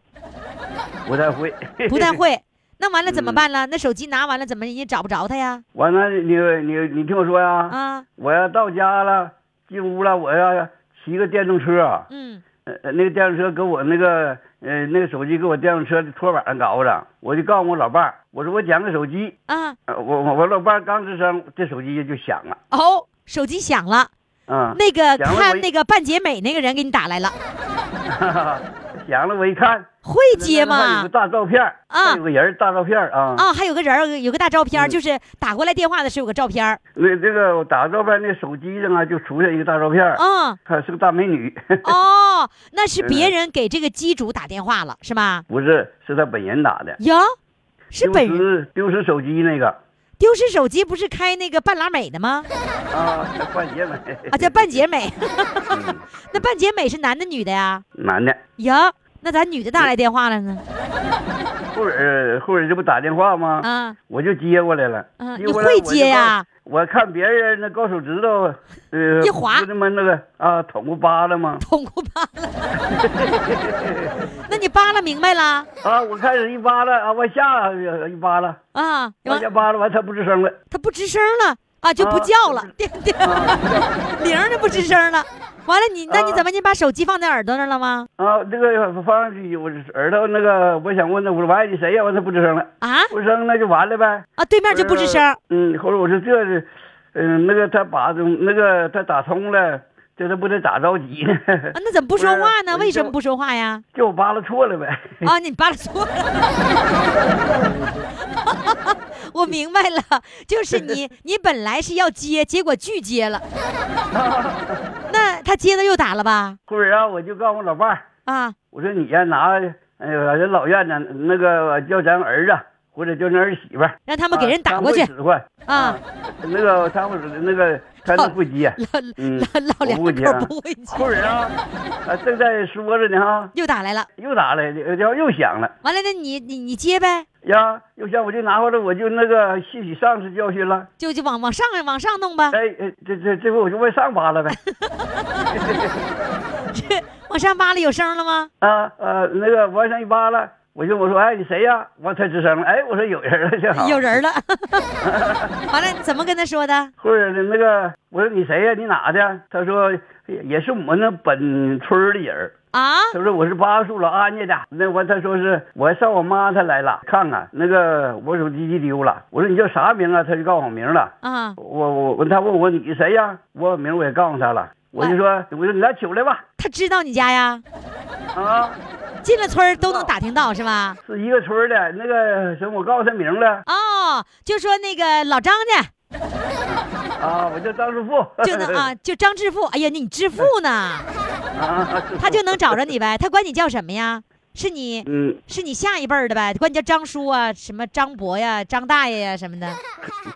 Speaker 10: 不太会，
Speaker 4: 不太。会。那完了怎么
Speaker 10: 嗯
Speaker 4: 办了？那手机拿完了怎么人家找不着他呀？
Speaker 10: 完了，你你你听我说呀，
Speaker 4: 啊，
Speaker 10: 我要到家了，进屋了，我要骑个电动车，啊
Speaker 4: 嗯，
Speaker 10: 呃那个电动车给我那个呃那个手机给我电动车的拖板上搞着，我就告诉我老伴儿，我说我捡个手机，
Speaker 4: 啊，
Speaker 10: 呃我我我老伴儿刚吱声，这手机就响了，
Speaker 4: 哦，手机响了，
Speaker 10: 嗯，
Speaker 4: 那个
Speaker 10: 响了我
Speaker 4: 看
Speaker 10: 一
Speaker 4: 那个半截美那个人给你打来了，
Speaker 10: 响了我一看，
Speaker 4: 会接
Speaker 10: 那
Speaker 4: 吗
Speaker 10: 有个？大照片儿
Speaker 4: 啊
Speaker 10: 那有个人儿大照片儿啊，
Speaker 4: 啊，还有个人儿有个有个大照片儿，就是打过来电话的时候有个照片儿
Speaker 10: 那这个我打照片，那手机上啊就出现一个大照片儿，
Speaker 4: 啊。
Speaker 10: 她是个大美女，
Speaker 4: 哦，那是别
Speaker 10: 嗯
Speaker 4: 人给这个机主打电话了，是吧？
Speaker 10: 不是是她本人打的，
Speaker 4: 呀，是
Speaker 10: 丢
Speaker 4: 本人
Speaker 10: 失丢失手机那个
Speaker 4: 丢失手机，不是开那个半拉美的吗？
Speaker 10: 啊，半截美
Speaker 4: 啊，叫半截美。那半截美是男的女的呀？
Speaker 10: 男的。
Speaker 4: 呀，那咱女的打来电话了呢？
Speaker 10: 后边呃后边这不打电话吗？
Speaker 4: 啊，
Speaker 10: 我就接过来了。
Speaker 4: 啊
Speaker 10: 接
Speaker 4: 你
Speaker 10: 过来
Speaker 4: 会
Speaker 10: 我就
Speaker 4: 接呀
Speaker 10: 告诉我看别人那高手指头，呃，
Speaker 4: 一划
Speaker 10: 不那么那个啊，捅过扒拉 吗？
Speaker 4: 捅过扒拉。那你扒拉明白了
Speaker 10: 啊，我开始一扒拉啊，往下一扒拉，
Speaker 4: 啊？
Speaker 10: 往
Speaker 4: 完
Speaker 10: 下扒拉完，他不吱声了。
Speaker 4: 他不吱声了啊，就不
Speaker 10: 啊
Speaker 4: 叫了，叮叮，铃儿就不吱声了。完了你，那你怎么？你把手机放在耳朵那儿了吗？
Speaker 10: 啊，这个放上去，我耳朵那个，我想问他，我说喂，你谁呀？完他不吱声了，
Speaker 4: 啊
Speaker 10: 不吱声那就完了呗。
Speaker 4: 啊，对面就不吱声。
Speaker 10: 嗯，后来我说这是，嗯、那个他把那个他打通了，这他不得咋着急呢？
Speaker 4: 啊，那怎么不说
Speaker 10: 不是
Speaker 4: 话呢？
Speaker 10: 我就
Speaker 4: 为什么不说话呀？
Speaker 10: 就我扒拉错了呗。
Speaker 4: 啊，你扒拉错了。 我明白了，就是你，你本来是要接，结果拒接 了。那他接的又打了吧？
Speaker 10: 后边啊，我就告诉我老伴儿，
Speaker 4: 啊，
Speaker 10: 我说你呀、拿，哎呦，人老院呢，那个叫咱儿子或者叫咱儿媳妇儿，
Speaker 4: 让他们给人打
Speaker 10: 啊
Speaker 4: 过去
Speaker 10: 他会使唤
Speaker 4: 啊。
Speaker 10: 那个他会使那个他能会接。
Speaker 4: 老
Speaker 10: 嗯
Speaker 4: 老老
Speaker 10: 我
Speaker 4: 两
Speaker 10: 不接
Speaker 4: 口
Speaker 10: 啊
Speaker 4: 不会接，
Speaker 10: 后边啊，啊正在说着呢哈，
Speaker 4: 又打来了。
Speaker 10: 又打来了，然后又响了
Speaker 4: 完了，那你你你接呗，
Speaker 10: 呀，又响，我就拿回来，我就那个吸取上次教训了。
Speaker 4: 就就往往上往上弄吧，
Speaker 10: 哎，哎这这这回我就往上扒 拉呗。哎
Speaker 4: 往上扒拉有声了吗？
Speaker 10: 啊呃，那个往上一扒拉，我就我说哎你谁呀？完他吱声了，哎我说有人了，正好
Speaker 4: 有。人了。 完了，怎么跟他说的？
Speaker 10: 或者那个，我说你谁呀、你哪的？他说也也是我们那本村儿的人儿。
Speaker 4: 啊
Speaker 10: 他说我是巴树老安家的。那完他说是我上我妈她来了，看看那个我手机机丢了。我说你叫啥名啊？他就告诉我名了。
Speaker 4: 啊，
Speaker 10: 我我我他问我你谁呀、我名我也告诉他了。我就说我说你俩取来吧
Speaker 4: 他知道你家呀，
Speaker 10: 啊，
Speaker 4: 进了村儿都能打听到是吧？
Speaker 10: 是一个村儿的那个什么，我告诉他名了
Speaker 4: 哦，就说那个老张 家
Speaker 10: 啊，我叫张师傅。
Speaker 4: 就能啊，就张致富。哎呀，你致富 呢，
Speaker 10: 啊，
Speaker 4: 他就能找着你呗。他管你叫什么呀？是你
Speaker 10: 嗯，
Speaker 4: 是你下一辈儿的呗？管你叫张叔啊，什么张伯呀、张大爷呀什么的。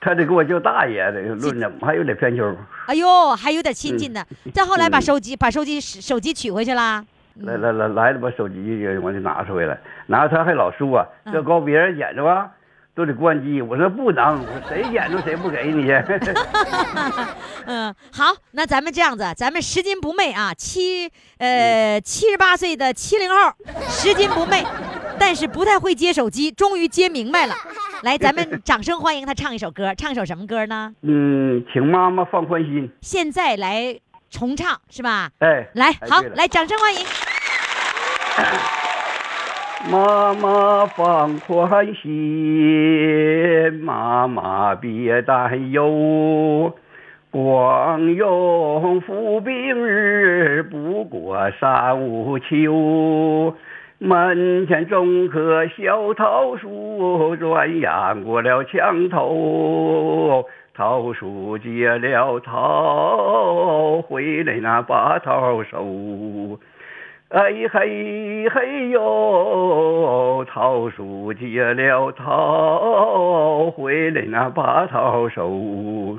Speaker 10: 他得给我叫大爷的，论怎么还有点偏秋。
Speaker 4: 哎呦，还有点亲
Speaker 10: 嗯
Speaker 4: 近呢。再后来把手机把手机手机取回去啦。
Speaker 10: 来来来来了，把手机我就拿出来了，拿他还老说、啊，这高别人捡着啊，都得关机。我说不能，我说谁捡着谁不给你。
Speaker 4: 嗯，好，那咱们这样子，咱们拾金不昧啊，七呃
Speaker 10: 嗯
Speaker 4: 七十八岁的七零后拾金不昧，但是不太会接手机，终于接明白了。来，咱 们掌声欢迎他唱一首歌，唱一首什么歌呢？
Speaker 10: 嗯，请妈妈放宽心。
Speaker 4: 现在来重唱是吧？
Speaker 10: 哎，
Speaker 4: 来，
Speaker 10: 哎
Speaker 4: 好，
Speaker 10: 对了
Speaker 4: 来，掌声欢迎。
Speaker 10: 妈妈放宽心，妈妈别担忧。光荣服兵日，不过三五秋。门前种棵小桃树，转眼过了墙头。桃树结了桃，回来那把桃收。哎嘿嘿哟，桃树结了桃，回来那把桃收。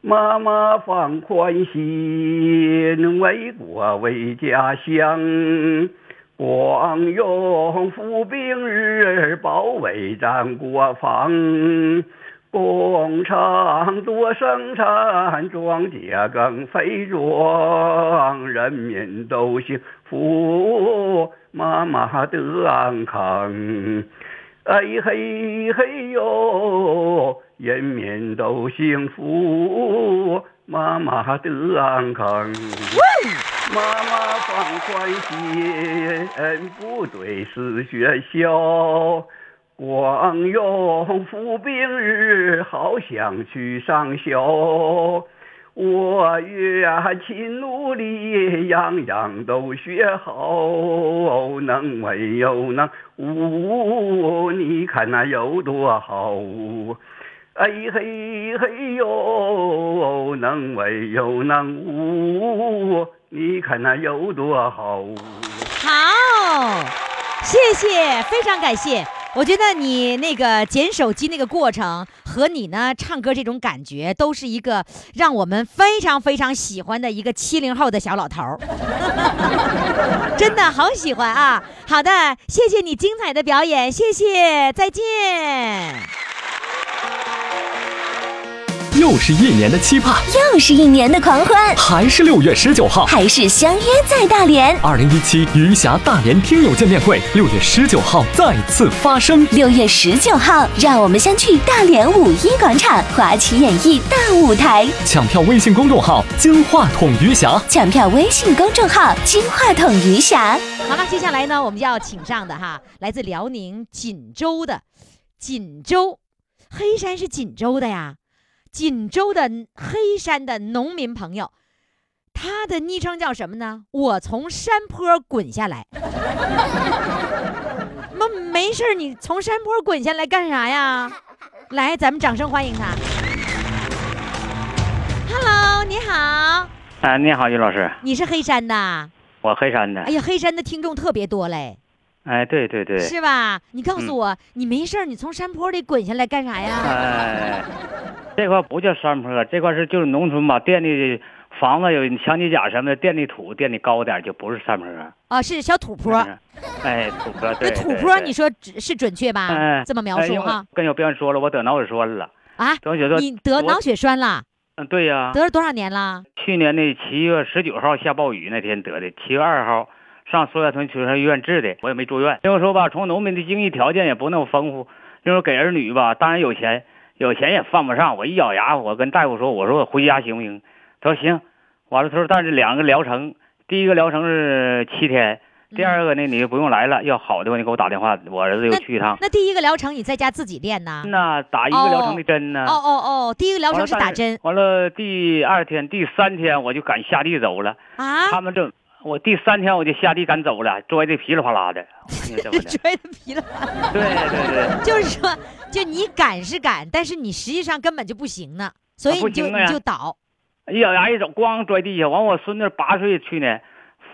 Speaker 10: 妈妈放宽心，为国为家乡。光荣服兵日，保卫咱国防。工厂多生产，庄稼啊更肥壮，人民都幸福，妈妈的安康。哎嘿嘿哟，人民都幸福，妈妈的安康。妈妈放宽心，部队是学校，光荣服兵日，好想去上校。我越勤努力，样样都学好，能没有能无？你看那有多好。哎嘿嘿哟，能为有能无，你看那有多好。
Speaker 4: 好，谢谢，非常感谢。我觉得你那个捡手机那个过程和你呢唱歌这种感觉，都是一个让我们非常非常喜欢的一个七零后的小老头儿， 真的好喜欢啊！好的，谢谢你精彩的表演，谢谢，再见。
Speaker 2: 又是一年的期盼，
Speaker 3: 又是一年的狂欢，
Speaker 2: 还是六月十九号。
Speaker 3: 还是相约在大连。
Speaker 2: 二零一七余霞大连听友见面会，六月十九号再次发生。
Speaker 3: 六月十九号，让我们相聚大连五一广场华旗演艺大舞台。
Speaker 2: 抢票微信公众号“金话筒余霞
Speaker 3: 抢票微信公众号“金话筒余霞
Speaker 4: 好了，接下来呢，我们就要请上的哈，来自辽宁锦州的，锦州，黑山是锦州的呀，锦州的黑山的农民朋友，他的昵称叫什么呢？我从山坡滚下来。 妈，没事儿你从山坡滚下来干啥呀？来，咱们掌声欢迎他。Hello，你好，
Speaker 11: 啊，你好，于老师，
Speaker 4: 你是黑山的？
Speaker 11: 我黑山的。
Speaker 4: 哎呀，黑山的听众特别多嘞。
Speaker 11: 哎，对对对，嗯
Speaker 4: 是吧？你告诉我，你没事儿，你从山坡里滚下来干啥呀？
Speaker 11: 哎， 这块不叫山坡，这块是就是农村吧，垫的房子有墙基甲什么的，垫的土垫的高点儿，就不是山坡。
Speaker 4: 啊，是小土坡。
Speaker 11: 哎，土坡，对对
Speaker 4: 那土坡
Speaker 11: 对
Speaker 4: 你说准是准确吧
Speaker 11: 哎？
Speaker 4: 这么描
Speaker 11: 哎
Speaker 4: 述
Speaker 11: 因为
Speaker 4: 哈？
Speaker 11: 跟有别人说了，我得脑血栓了。
Speaker 4: 啊，
Speaker 11: 得脑血栓，
Speaker 4: 你得脑血栓了，
Speaker 11: 嗯，对呀、
Speaker 4: 得了多少年了？
Speaker 11: 去年的七月十九号下暴雨那天得的，七月二号上苏家屯精神医院治的，我也没住院。另外说吧，从农民的经济条件也不那么丰富，另外给儿女吧，当然有钱，有钱也犯不上。我一咬牙，我跟大夫说，我说我回家行不行？他说行。完了，他说但是两个疗程，第一个疗程是七天，
Speaker 4: 嗯
Speaker 11: 第二个呢你就不用来了，要好的话你给我打电话，我儿子又去一趟。
Speaker 4: 那第一个疗程你在家自己练呐？
Speaker 11: 那打一个疗程的针呢？
Speaker 4: 哦哦哦，第一个疗
Speaker 11: 完嗯啊
Speaker 4: 程
Speaker 11: 了
Speaker 4: 是
Speaker 11: 但
Speaker 4: 打 针
Speaker 11: 完了，第二天、第三天我就敢下地走了。
Speaker 4: 啊
Speaker 11: 他？们这，我第三天我就下地赶走了，摔的噼里啪啦的。你 这么的，
Speaker 4: 摔的皮了，
Speaker 11: 对对对，
Speaker 4: 就是说，就你敢是敢，但是你实际上根本就不行呢，所以
Speaker 11: 啊不
Speaker 4: 你就
Speaker 11: 行啊
Speaker 4: 你就倒。
Speaker 11: 一咬牙一走，咣摔地下。完，我孙女八岁，去年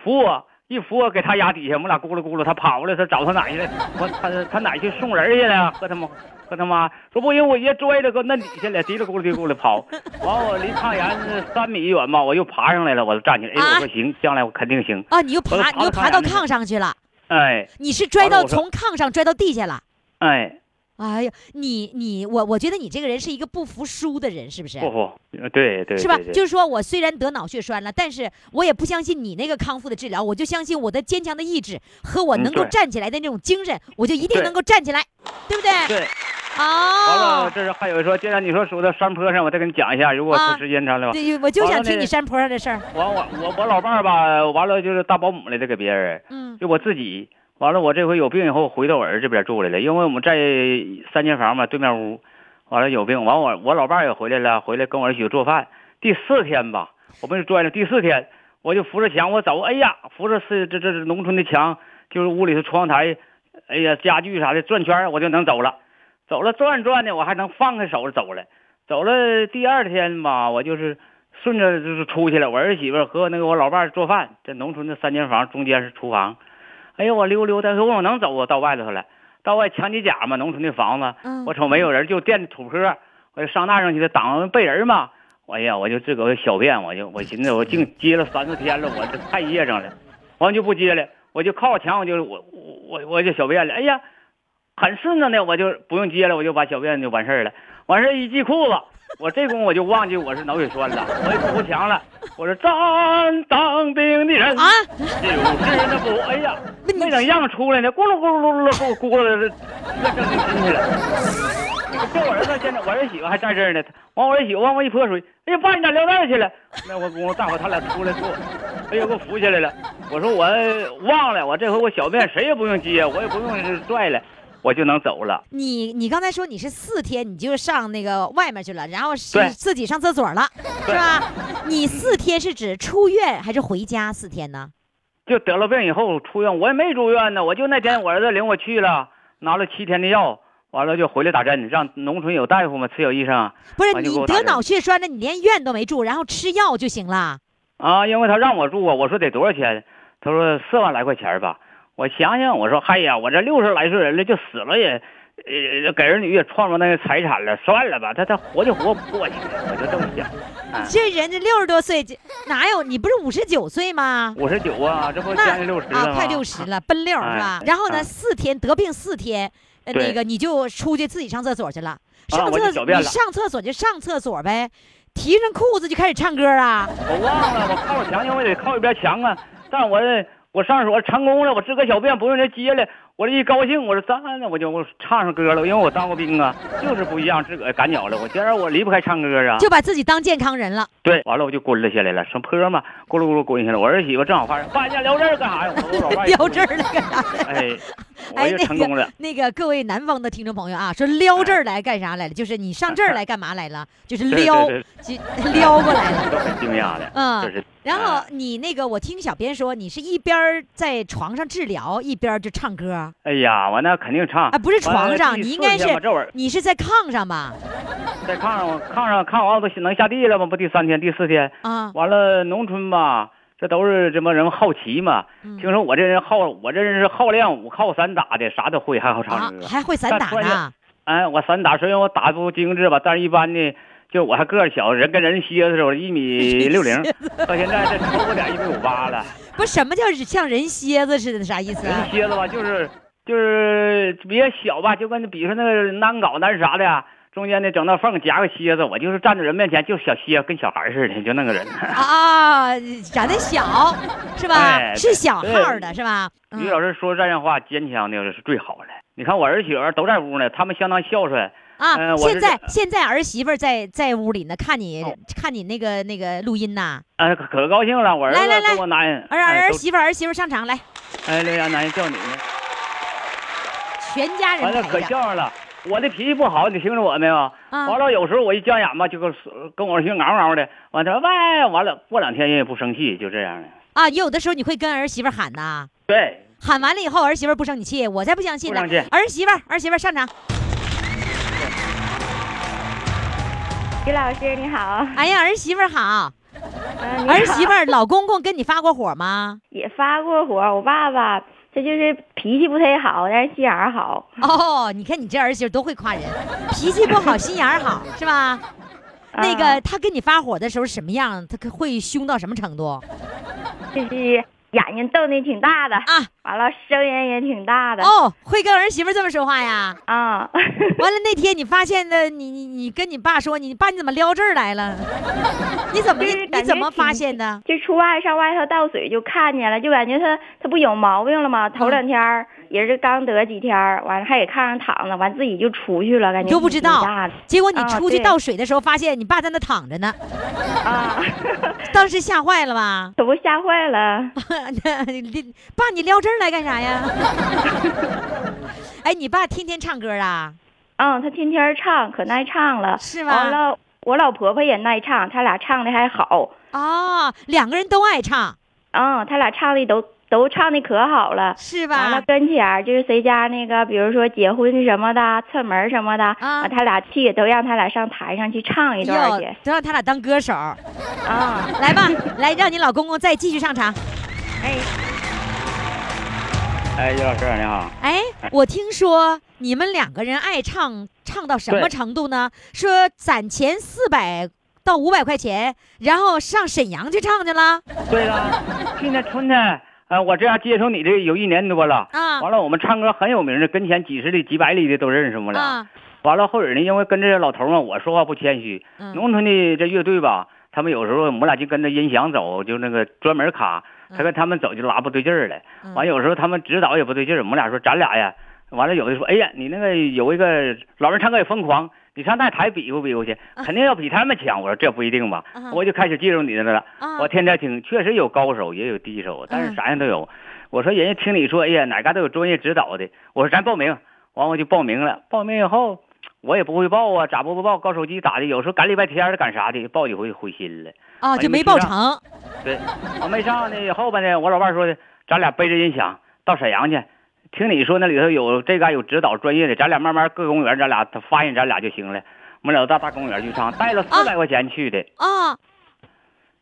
Speaker 11: 扶我一扶我给他压底下，我们俩咕噜咕噜，他跑了，他找他奶去了，我他他奶去送人去了，和他妈和他妈说不行，我爷摔着搁那底下了，嘀哩咕噜嘀哩咕噜跑。完我离炕沿是三米远吧，我又爬上来了，我就站起来，哎，
Speaker 4: 啊
Speaker 11: 我说行，将来我肯定行。
Speaker 4: 啊，你又
Speaker 11: 我都
Speaker 4: 爬，
Speaker 11: 爬
Speaker 4: 你又
Speaker 11: 到
Speaker 4: 爬
Speaker 11: 炕
Speaker 4: 到
Speaker 11: 沿
Speaker 4: 炕上去了，
Speaker 11: 哎
Speaker 4: 你是摔
Speaker 11: 完了
Speaker 4: 到
Speaker 11: 我说
Speaker 4: 从炕上摔到地下了。
Speaker 11: 哎，
Speaker 4: 哎呀，你你我我觉得你这个人是一个不服输的人，是不是？
Speaker 11: 不不，呃对对
Speaker 4: 是吧
Speaker 11: 对？对
Speaker 4: 就是说我虽然得脑血栓了，但是我也不相信你那个康复的治疗，我就相信我的坚强的意志和我
Speaker 11: 嗯
Speaker 4: 能够
Speaker 11: 对
Speaker 4: 站起来的那种精神，我就一定
Speaker 11: 对
Speaker 4: 能够站起来，对不对？
Speaker 11: 对。完了，
Speaker 4: 哦，
Speaker 11: 这是还有说，既然你说说到山坡上，我再跟你讲一下，如果
Speaker 4: 啊
Speaker 11: 是时间长了吧。
Speaker 4: 对，我就
Speaker 11: 完
Speaker 4: 想
Speaker 11: 了
Speaker 4: 听
Speaker 11: 那
Speaker 4: 你山坡上的事儿。
Speaker 11: 完我我我老伴儿吧，完了就是大保姆来的给别人，
Speaker 4: 嗯
Speaker 11: 就我自己。完了，我这回有病以后回到我儿这边住来了，因为我们在三间房嘛，对面屋。完了有病，完我我老伴儿也回来了，回来跟我儿媳妇做饭。第四天吧，我们就拽了。第四天，我就扶着墙，我走，哎呀，扶着是这这这农村的墙，就是屋里的窗台，哎呀，家具啥的转圈儿我就能走了。走了转转的，我还能放开手走了。走了第二天吧，我就是顺着就是出去了。我儿媳妇和那个我老伴儿做饭，这农村的三间房中间是厨房。哎呀，我溜溜达，说我能走啊，到外头了。到外墙基甲嘛，农村的房子，
Speaker 4: 嗯
Speaker 11: 我瞅没有人，就垫土坡，我就上那上去了，挡着背人嘛。我哎呀，我就自个儿小便，我就我寻思我 净接了三四天了，我这太噎上了，完就不接了，我就靠墙，我就我我我我就小便了。哎呀，很顺当的，我就不用接了，我就把小便就完事儿了。完事儿一系裤子，我这功夫我就忘记我是脑血栓了，我也不扶墙了。我说咱当兵的人
Speaker 4: 啊，
Speaker 11: 就是那不，哎呀，
Speaker 4: 那你
Speaker 11: 没等样出来呢，咕噜咕噜咕噜咕噜咕噜，那正进去了。这我儿子现在我儿媳妇还在这儿呢，完我儿媳妇往我一泼水，哎呀爸，你咋撂那儿去了？那我公公大伙他俩出来给我，哎呀给我扶起来了。我说我忘了，我这回我小便谁也不用接，我也不用拽了，我就能走了。
Speaker 4: 你你刚才说你是四天你就上那个外面去了，然后
Speaker 11: 对
Speaker 4: 是自己上厕所了，是吧？你四天是指出院还是回家四天呢？
Speaker 11: 就得了病以后出院，我也没住院呢，我就那天我儿子领我去了，拿了七天的药，完了就回来打针，让农村有大夫嘛，吃有医生
Speaker 4: 不是
Speaker 11: 完就给
Speaker 4: 你
Speaker 11: 我打
Speaker 4: 得
Speaker 11: 针
Speaker 4: 脑血栓了，你连院都没住，然后吃药就行了。
Speaker 11: 啊，因为他让我住啊，我说得多少钱？他说四万来块钱吧。我想想，我说嗨哎呀，我这六十来岁人了，就死了也，呃，给儿女也创造那个财产了，算了吧，他他活就活不过去，我就这么想。啊，
Speaker 4: 这人这六十多岁，这哪有你不是五十九岁吗？
Speaker 11: 五十九啊，这不
Speaker 4: 那
Speaker 11: 将近六十了
Speaker 4: 啊，
Speaker 11: 吗？
Speaker 4: 快六十了，奔六是吧
Speaker 11: 哎？
Speaker 4: 然后呢，
Speaker 11: 啊
Speaker 4: 四天得病四天，呃
Speaker 11: 对
Speaker 4: 那个你就出去自己上厕所去了，
Speaker 11: 啊
Speaker 4: 上
Speaker 11: 我就小
Speaker 4: 厕所
Speaker 11: 便
Speaker 4: 你
Speaker 11: 了
Speaker 4: 上厕所就上厕所呗，提上裤子就开始唱歌啊！
Speaker 11: 我忘了，我靠着墙，因为得靠一边墙啊。但我我上厕所成功了，我自个小便不用人接了。我这一高兴，我说赞了，我就我唱上歌了，因为我当过兵啊，就是不一样，自个儿赶脚了。我觉得我离不开唱歌啊。
Speaker 4: 就把自己当健康人了。
Speaker 11: 对，完了我就滚了下来了，上坡嘛，咕噜咕噜滚下来。我儿媳妇正好发现，爸，你俩聊这儿干啥呀？ 我 说我老伴儿
Speaker 4: 撩这儿了干啥？
Speaker 11: 哎，我
Speaker 4: 哎，
Speaker 11: 就
Speaker 4: 那
Speaker 11: 成功了。
Speaker 4: 个那个，各位南方的听众朋友啊，说撩这儿来干啥来了？就是你上这儿来干嘛来了？就是
Speaker 11: 对对
Speaker 4: 撩，
Speaker 11: 对
Speaker 4: 就撩过来了。
Speaker 11: 都很惊讶的，
Speaker 4: 嗯
Speaker 11: 这是。
Speaker 4: 然后
Speaker 11: 哎
Speaker 4: 你那个，我听小编说，你是一边儿在床上治疗，一边儿就唱歌啊？
Speaker 11: 哎呀，我那肯定唱
Speaker 4: 不是床上，你应该是
Speaker 11: 这会儿
Speaker 4: 你是在炕上吧？
Speaker 11: 在炕上，炕上炕完我都能下地了吗？不，第三天、第四天，
Speaker 4: 啊，
Speaker 11: 完了农村吧，这都是这帮人好奇嘛。
Speaker 4: 嗯
Speaker 11: 听说我这人好，我这人是好练武、好散打的，啥都会，还好
Speaker 4: 啊
Speaker 11: 唱歌。
Speaker 4: 还会散
Speaker 11: 但
Speaker 4: 打
Speaker 11: 突然
Speaker 4: 呢？
Speaker 11: 哎，我散打虽然我打不精致吧，但是一般的，就我还个儿小，人跟人蝎子似的，我一米六 零，到现在这超过点一米五八了。
Speaker 4: 不是，什么叫像人蝎子似的？啥意思
Speaker 11: 人
Speaker 4: 啊？
Speaker 11: 蝎子吧，就是就是别小吧，就跟比如说那个难搞难啥的呀、中间呢整道缝夹个蝎子，我就是站在人面前就是小蝎，跟小孩似的，就那个人。
Speaker 4: 啊，长得小是吧？
Speaker 11: 哎
Speaker 4: 是小
Speaker 11: 对啊
Speaker 4: 号的是吧？
Speaker 11: 于
Speaker 4: 嗯
Speaker 11: 老师说这样话，坚强的是最好的。你看我儿媳妇都在屋呢，他们相当孝顺。
Speaker 4: 啊，
Speaker 11: 呃我
Speaker 4: 现
Speaker 11: 是哦
Speaker 4: 在现在儿媳妇儿在在屋里呢，看你看你那个那个录音呐。
Speaker 11: 哎，可可高兴了！我儿子
Speaker 4: 来来来
Speaker 11: 跟我男人，
Speaker 4: 儿
Speaker 11: 哎
Speaker 4: 儿
Speaker 11: 都
Speaker 4: 媳妇儿儿媳妇儿上场来，
Speaker 11: 哎，刘洋男人叫你呢。
Speaker 4: 全家
Speaker 11: 完了
Speaker 4: 人
Speaker 11: 哎可
Speaker 4: 陪着。
Speaker 11: 笑了，我的脾气不好，你听着我没有？
Speaker 4: 啊
Speaker 11: 完了有时候我一犟眼吧，就跟我跟我儿媳妇嗷嗷的，完他说喂，完了过两天人也不生气，就这样的。
Speaker 4: 啊，有的时候你会跟儿媳妇儿喊呐，
Speaker 11: 对，
Speaker 4: 喊完了以后儿媳妇儿不生你气，我才不相信呢
Speaker 11: 不生气。
Speaker 4: 儿媳妇儿，儿媳妇儿上场。
Speaker 7: 于老师你好，
Speaker 4: 哎呀，儿媳妇儿好，
Speaker 7: 嗯，
Speaker 4: 儿媳妇儿，老公公跟你发过火 吗？
Speaker 7: 也发过火，我爸爸他就是脾气不太好，但是心眼儿好。
Speaker 4: 哦，你看你这儿媳妇儿多会夸人，脾气不好，心眼儿好，是吧？那个
Speaker 7: 啊
Speaker 4: 他跟你发火的时候什么样？他可会凶到什么程度
Speaker 7: 就是眼睛瞪的挺大的，
Speaker 4: 啊？
Speaker 7: 完了声音也挺大的。
Speaker 4: 哦，会跟儿媳妇儿这么说话呀？
Speaker 7: 啊，
Speaker 4: 完了那天你发现的，你你你跟你爸说，你爸你怎么撩这儿来 了？你怎么
Speaker 7: 就是
Speaker 4: 你
Speaker 7: 感觉
Speaker 4: 怎么发
Speaker 7: 挺
Speaker 4: 现的？
Speaker 7: 就出外上外头倒水就看见了，就感觉他他不有毛病了吗？头
Speaker 4: 嗯
Speaker 7: 两天儿也是刚得几天儿，完了还给炕上躺着，完自己就出去了，感
Speaker 4: 你
Speaker 7: 觉
Speaker 4: 都不知道
Speaker 7: 挺大的
Speaker 4: 结果你
Speaker 7: 啊
Speaker 4: 出去
Speaker 7: 对
Speaker 4: 倒水的时候，发现你爸在那躺着呢，
Speaker 7: 啊，
Speaker 4: 当时吓坏了吧？
Speaker 7: 可不吓坏
Speaker 4: 啊
Speaker 7: 了。
Speaker 4: 你爸，你撩这儿来干啥呀？ 哎，你爸天天唱歌啊？
Speaker 7: 嗯，他天天唱，可耐唱了。
Speaker 4: 是吧
Speaker 7: 完了，我老婆婆也耐唱，他俩唱的还好。啊
Speaker 4: 哦，两个人都爱唱
Speaker 7: 嗯，他俩唱的都都唱的可好了。
Speaker 4: 是
Speaker 7: 完了
Speaker 4: 吧？
Speaker 7: 跟前儿就是谁家那个，比如说结婚什么的，串门什么的，
Speaker 4: 啊
Speaker 7: 他俩去也都让他俩上台上去唱一段儿去
Speaker 4: 哟。都让他俩当歌手，
Speaker 7: 啊、
Speaker 4: 来吧，来让你老公公再继续上场。
Speaker 7: 哎，
Speaker 11: 哎，叶老师你好，
Speaker 4: 哎，我听说你们两个人爱唱，唱到什么
Speaker 11: 对
Speaker 4: 程度呢？说攒钱四百到五百块钱，然后上沈阳去唱去了
Speaker 11: 对了，去年春天，呃，我这样接触你这有一年多了。
Speaker 4: 啊
Speaker 11: 完了，我们唱歌很有名的，跟前几十里、几百里的都认识我们了。
Speaker 4: 啊！
Speaker 11: 完了后儿呢，因为跟这老头儿嘛，我说话不谦虚，
Speaker 4: 嗯
Speaker 11: 农村的这乐队吧，他们有时候我们俩就跟着音响走，就那个专门卡，他跟他们走就拉不对劲儿了。
Speaker 4: 嗯
Speaker 11: 完有时候他们指导也不对劲儿，我们俩说咱俩呀，完了有的说，哎呀，你那个有一个老人唱歌也疯狂，你上那台比划比划去，
Speaker 4: 嗯
Speaker 11: 肯定要比他们强。我说这不一定吧，我就开始记住你的了。
Speaker 4: 啊
Speaker 11: 我天天听，确实有高手也有低手，但是啥样都有。我说人家听你说，哎呀，哪嘎都有专业指导的。我说咱报名，完我就报名了。报名以后，我也不会报啊，咋不会报？搞手机咋的？有时候赶礼拜天儿赶啥的，报几回灰心了。
Speaker 4: 啊，
Speaker 11: 完
Speaker 4: 就没
Speaker 11: 上
Speaker 4: 报成。
Speaker 11: 对，我没上呢。后边呢，我老伴儿说的，咱俩背着音响到沈阳去，听你说那里头有这嘎有指导专业的，咱俩慢慢各公园，咱俩他发现咱俩就行了。我们俩到大公园去唱，带了四百块钱去的。
Speaker 4: 啊，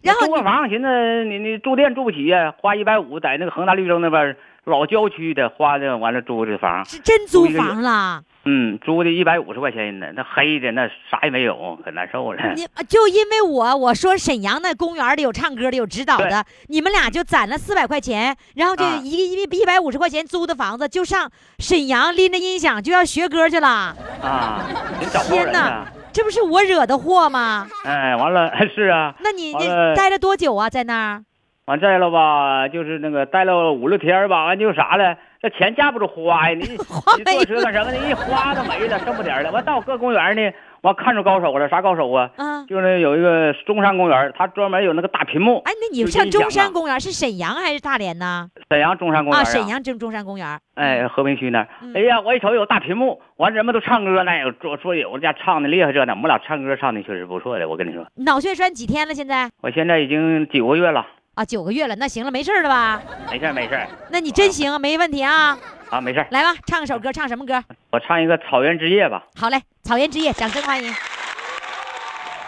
Speaker 4: 然
Speaker 11: 后租个房，寻思你你住店住不起呀、花一百五在那个恒大绿洲那边儿老郊区的，花的完了租的房，是
Speaker 4: 真租房。了，
Speaker 11: 嗯，租的一百五十块钱呢，那黑的那啥也没有，可难受了。
Speaker 4: 你啊就因为我我说沈阳那公园里有唱歌的，有指导的，你们俩就攒了四百块钱，然后就
Speaker 11: 啊
Speaker 4: 一一一百五十块钱租的房子，就上沈阳拎着音响就要学歌去了。
Speaker 11: 啊，你找错
Speaker 4: 天
Speaker 11: 人
Speaker 4: 哪
Speaker 11: 了。，
Speaker 4: 这不是我惹的祸吗？
Speaker 11: 哎，完了 是啊。
Speaker 4: 那你
Speaker 11: 完了
Speaker 4: 那待了多久啊？在那儿？
Speaker 11: 完再了吧，就是那个待了五六天儿吧，完就啥了，这钱架不住花呀，你 你坐车干什么的，一花都没了，剩不点儿了。完到各公园呢，完看着高手了，啥高手啊？
Speaker 4: 嗯
Speaker 11: 就是有一个中山公园，它专门有那个大屏幕。
Speaker 4: 哎，那你
Speaker 11: 就
Speaker 4: 上
Speaker 11: 音响
Speaker 4: 中山
Speaker 11: 啊、
Speaker 4: 公园是沈阳还是大连呢？
Speaker 11: 沈阳中山公园
Speaker 4: 啊，沈。阳嗯中中山公园。
Speaker 11: 哎，和平区那儿，哎呀，我一瞅有大屏幕，完人们都唱歌呢，有说说有人家唱的厉害着呢，我们俩唱歌唱的确实不错的，我跟你说，
Speaker 4: 脑血栓几天了？现在
Speaker 11: 我现在已经九个月了，
Speaker 4: 啊，九个月了。那行了，没事儿了吧？
Speaker 11: 没事儿没事儿
Speaker 4: 那你真行，没问题啊。
Speaker 11: 啊，没事儿
Speaker 4: 来吧，唱首歌，唱什么歌？
Speaker 11: 我唱一个《草原之夜》吧。
Speaker 4: 好嘞，《草原之夜》，掌声欢迎。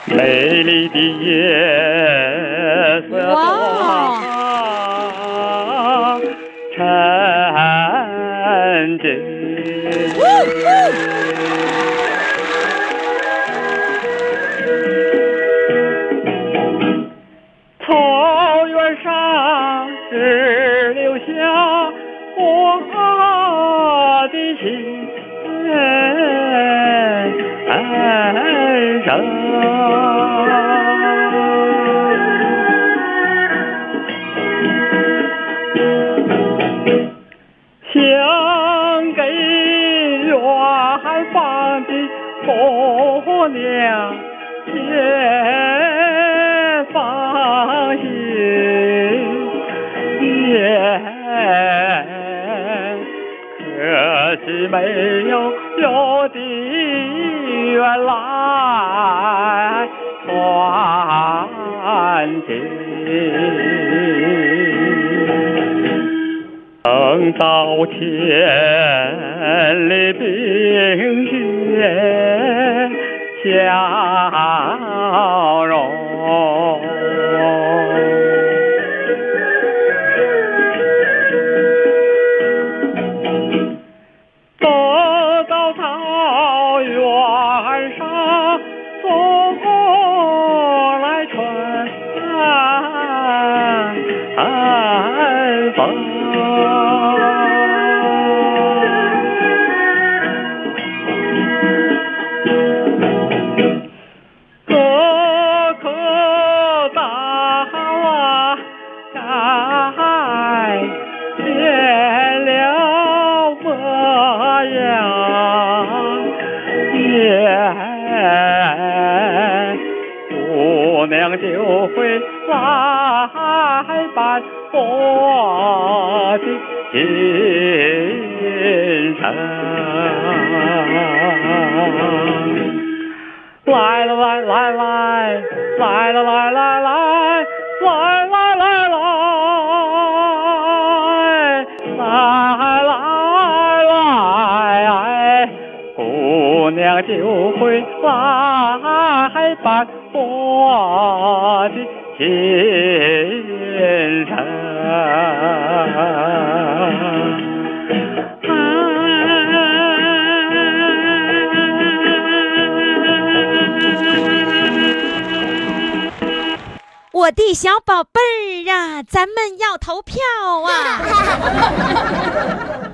Speaker 12: 美丽的夜
Speaker 11: 啊
Speaker 12: 色
Speaker 4: 哇！
Speaker 12: 缠着，草原上只留下我的心。上。想给远方的姑娘也放心，也可惜没有有的缘来团结。等到千里冰雪消融，走到草原上走过来春风。哥哥大娃改变了模样，也姑娘就会来伴我的心上。来了来来来来了来来来来来来来来来来，姑娘就会来伴我的心上。
Speaker 4: 我的小宝贝儿啊，咱们要投票啊！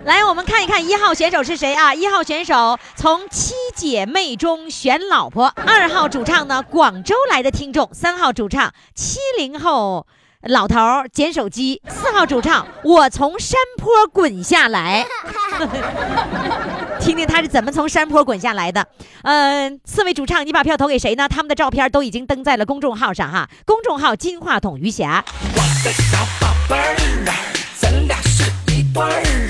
Speaker 4: 来，我们看一看一号选手是谁啊？一号选手从七姐妹中选老婆，二号主唱呢广州来的听众，三号主唱七零后老头儿捡手机，四号主唱，我从山坡滚下来。听听他是怎么从山坡滚下来的。嗯、四位主唱，你把票投给谁呢？他们的照片都已经登在了公众号上哈，公众号“金话筒余霞”。
Speaker 1: 咱俩是一对儿。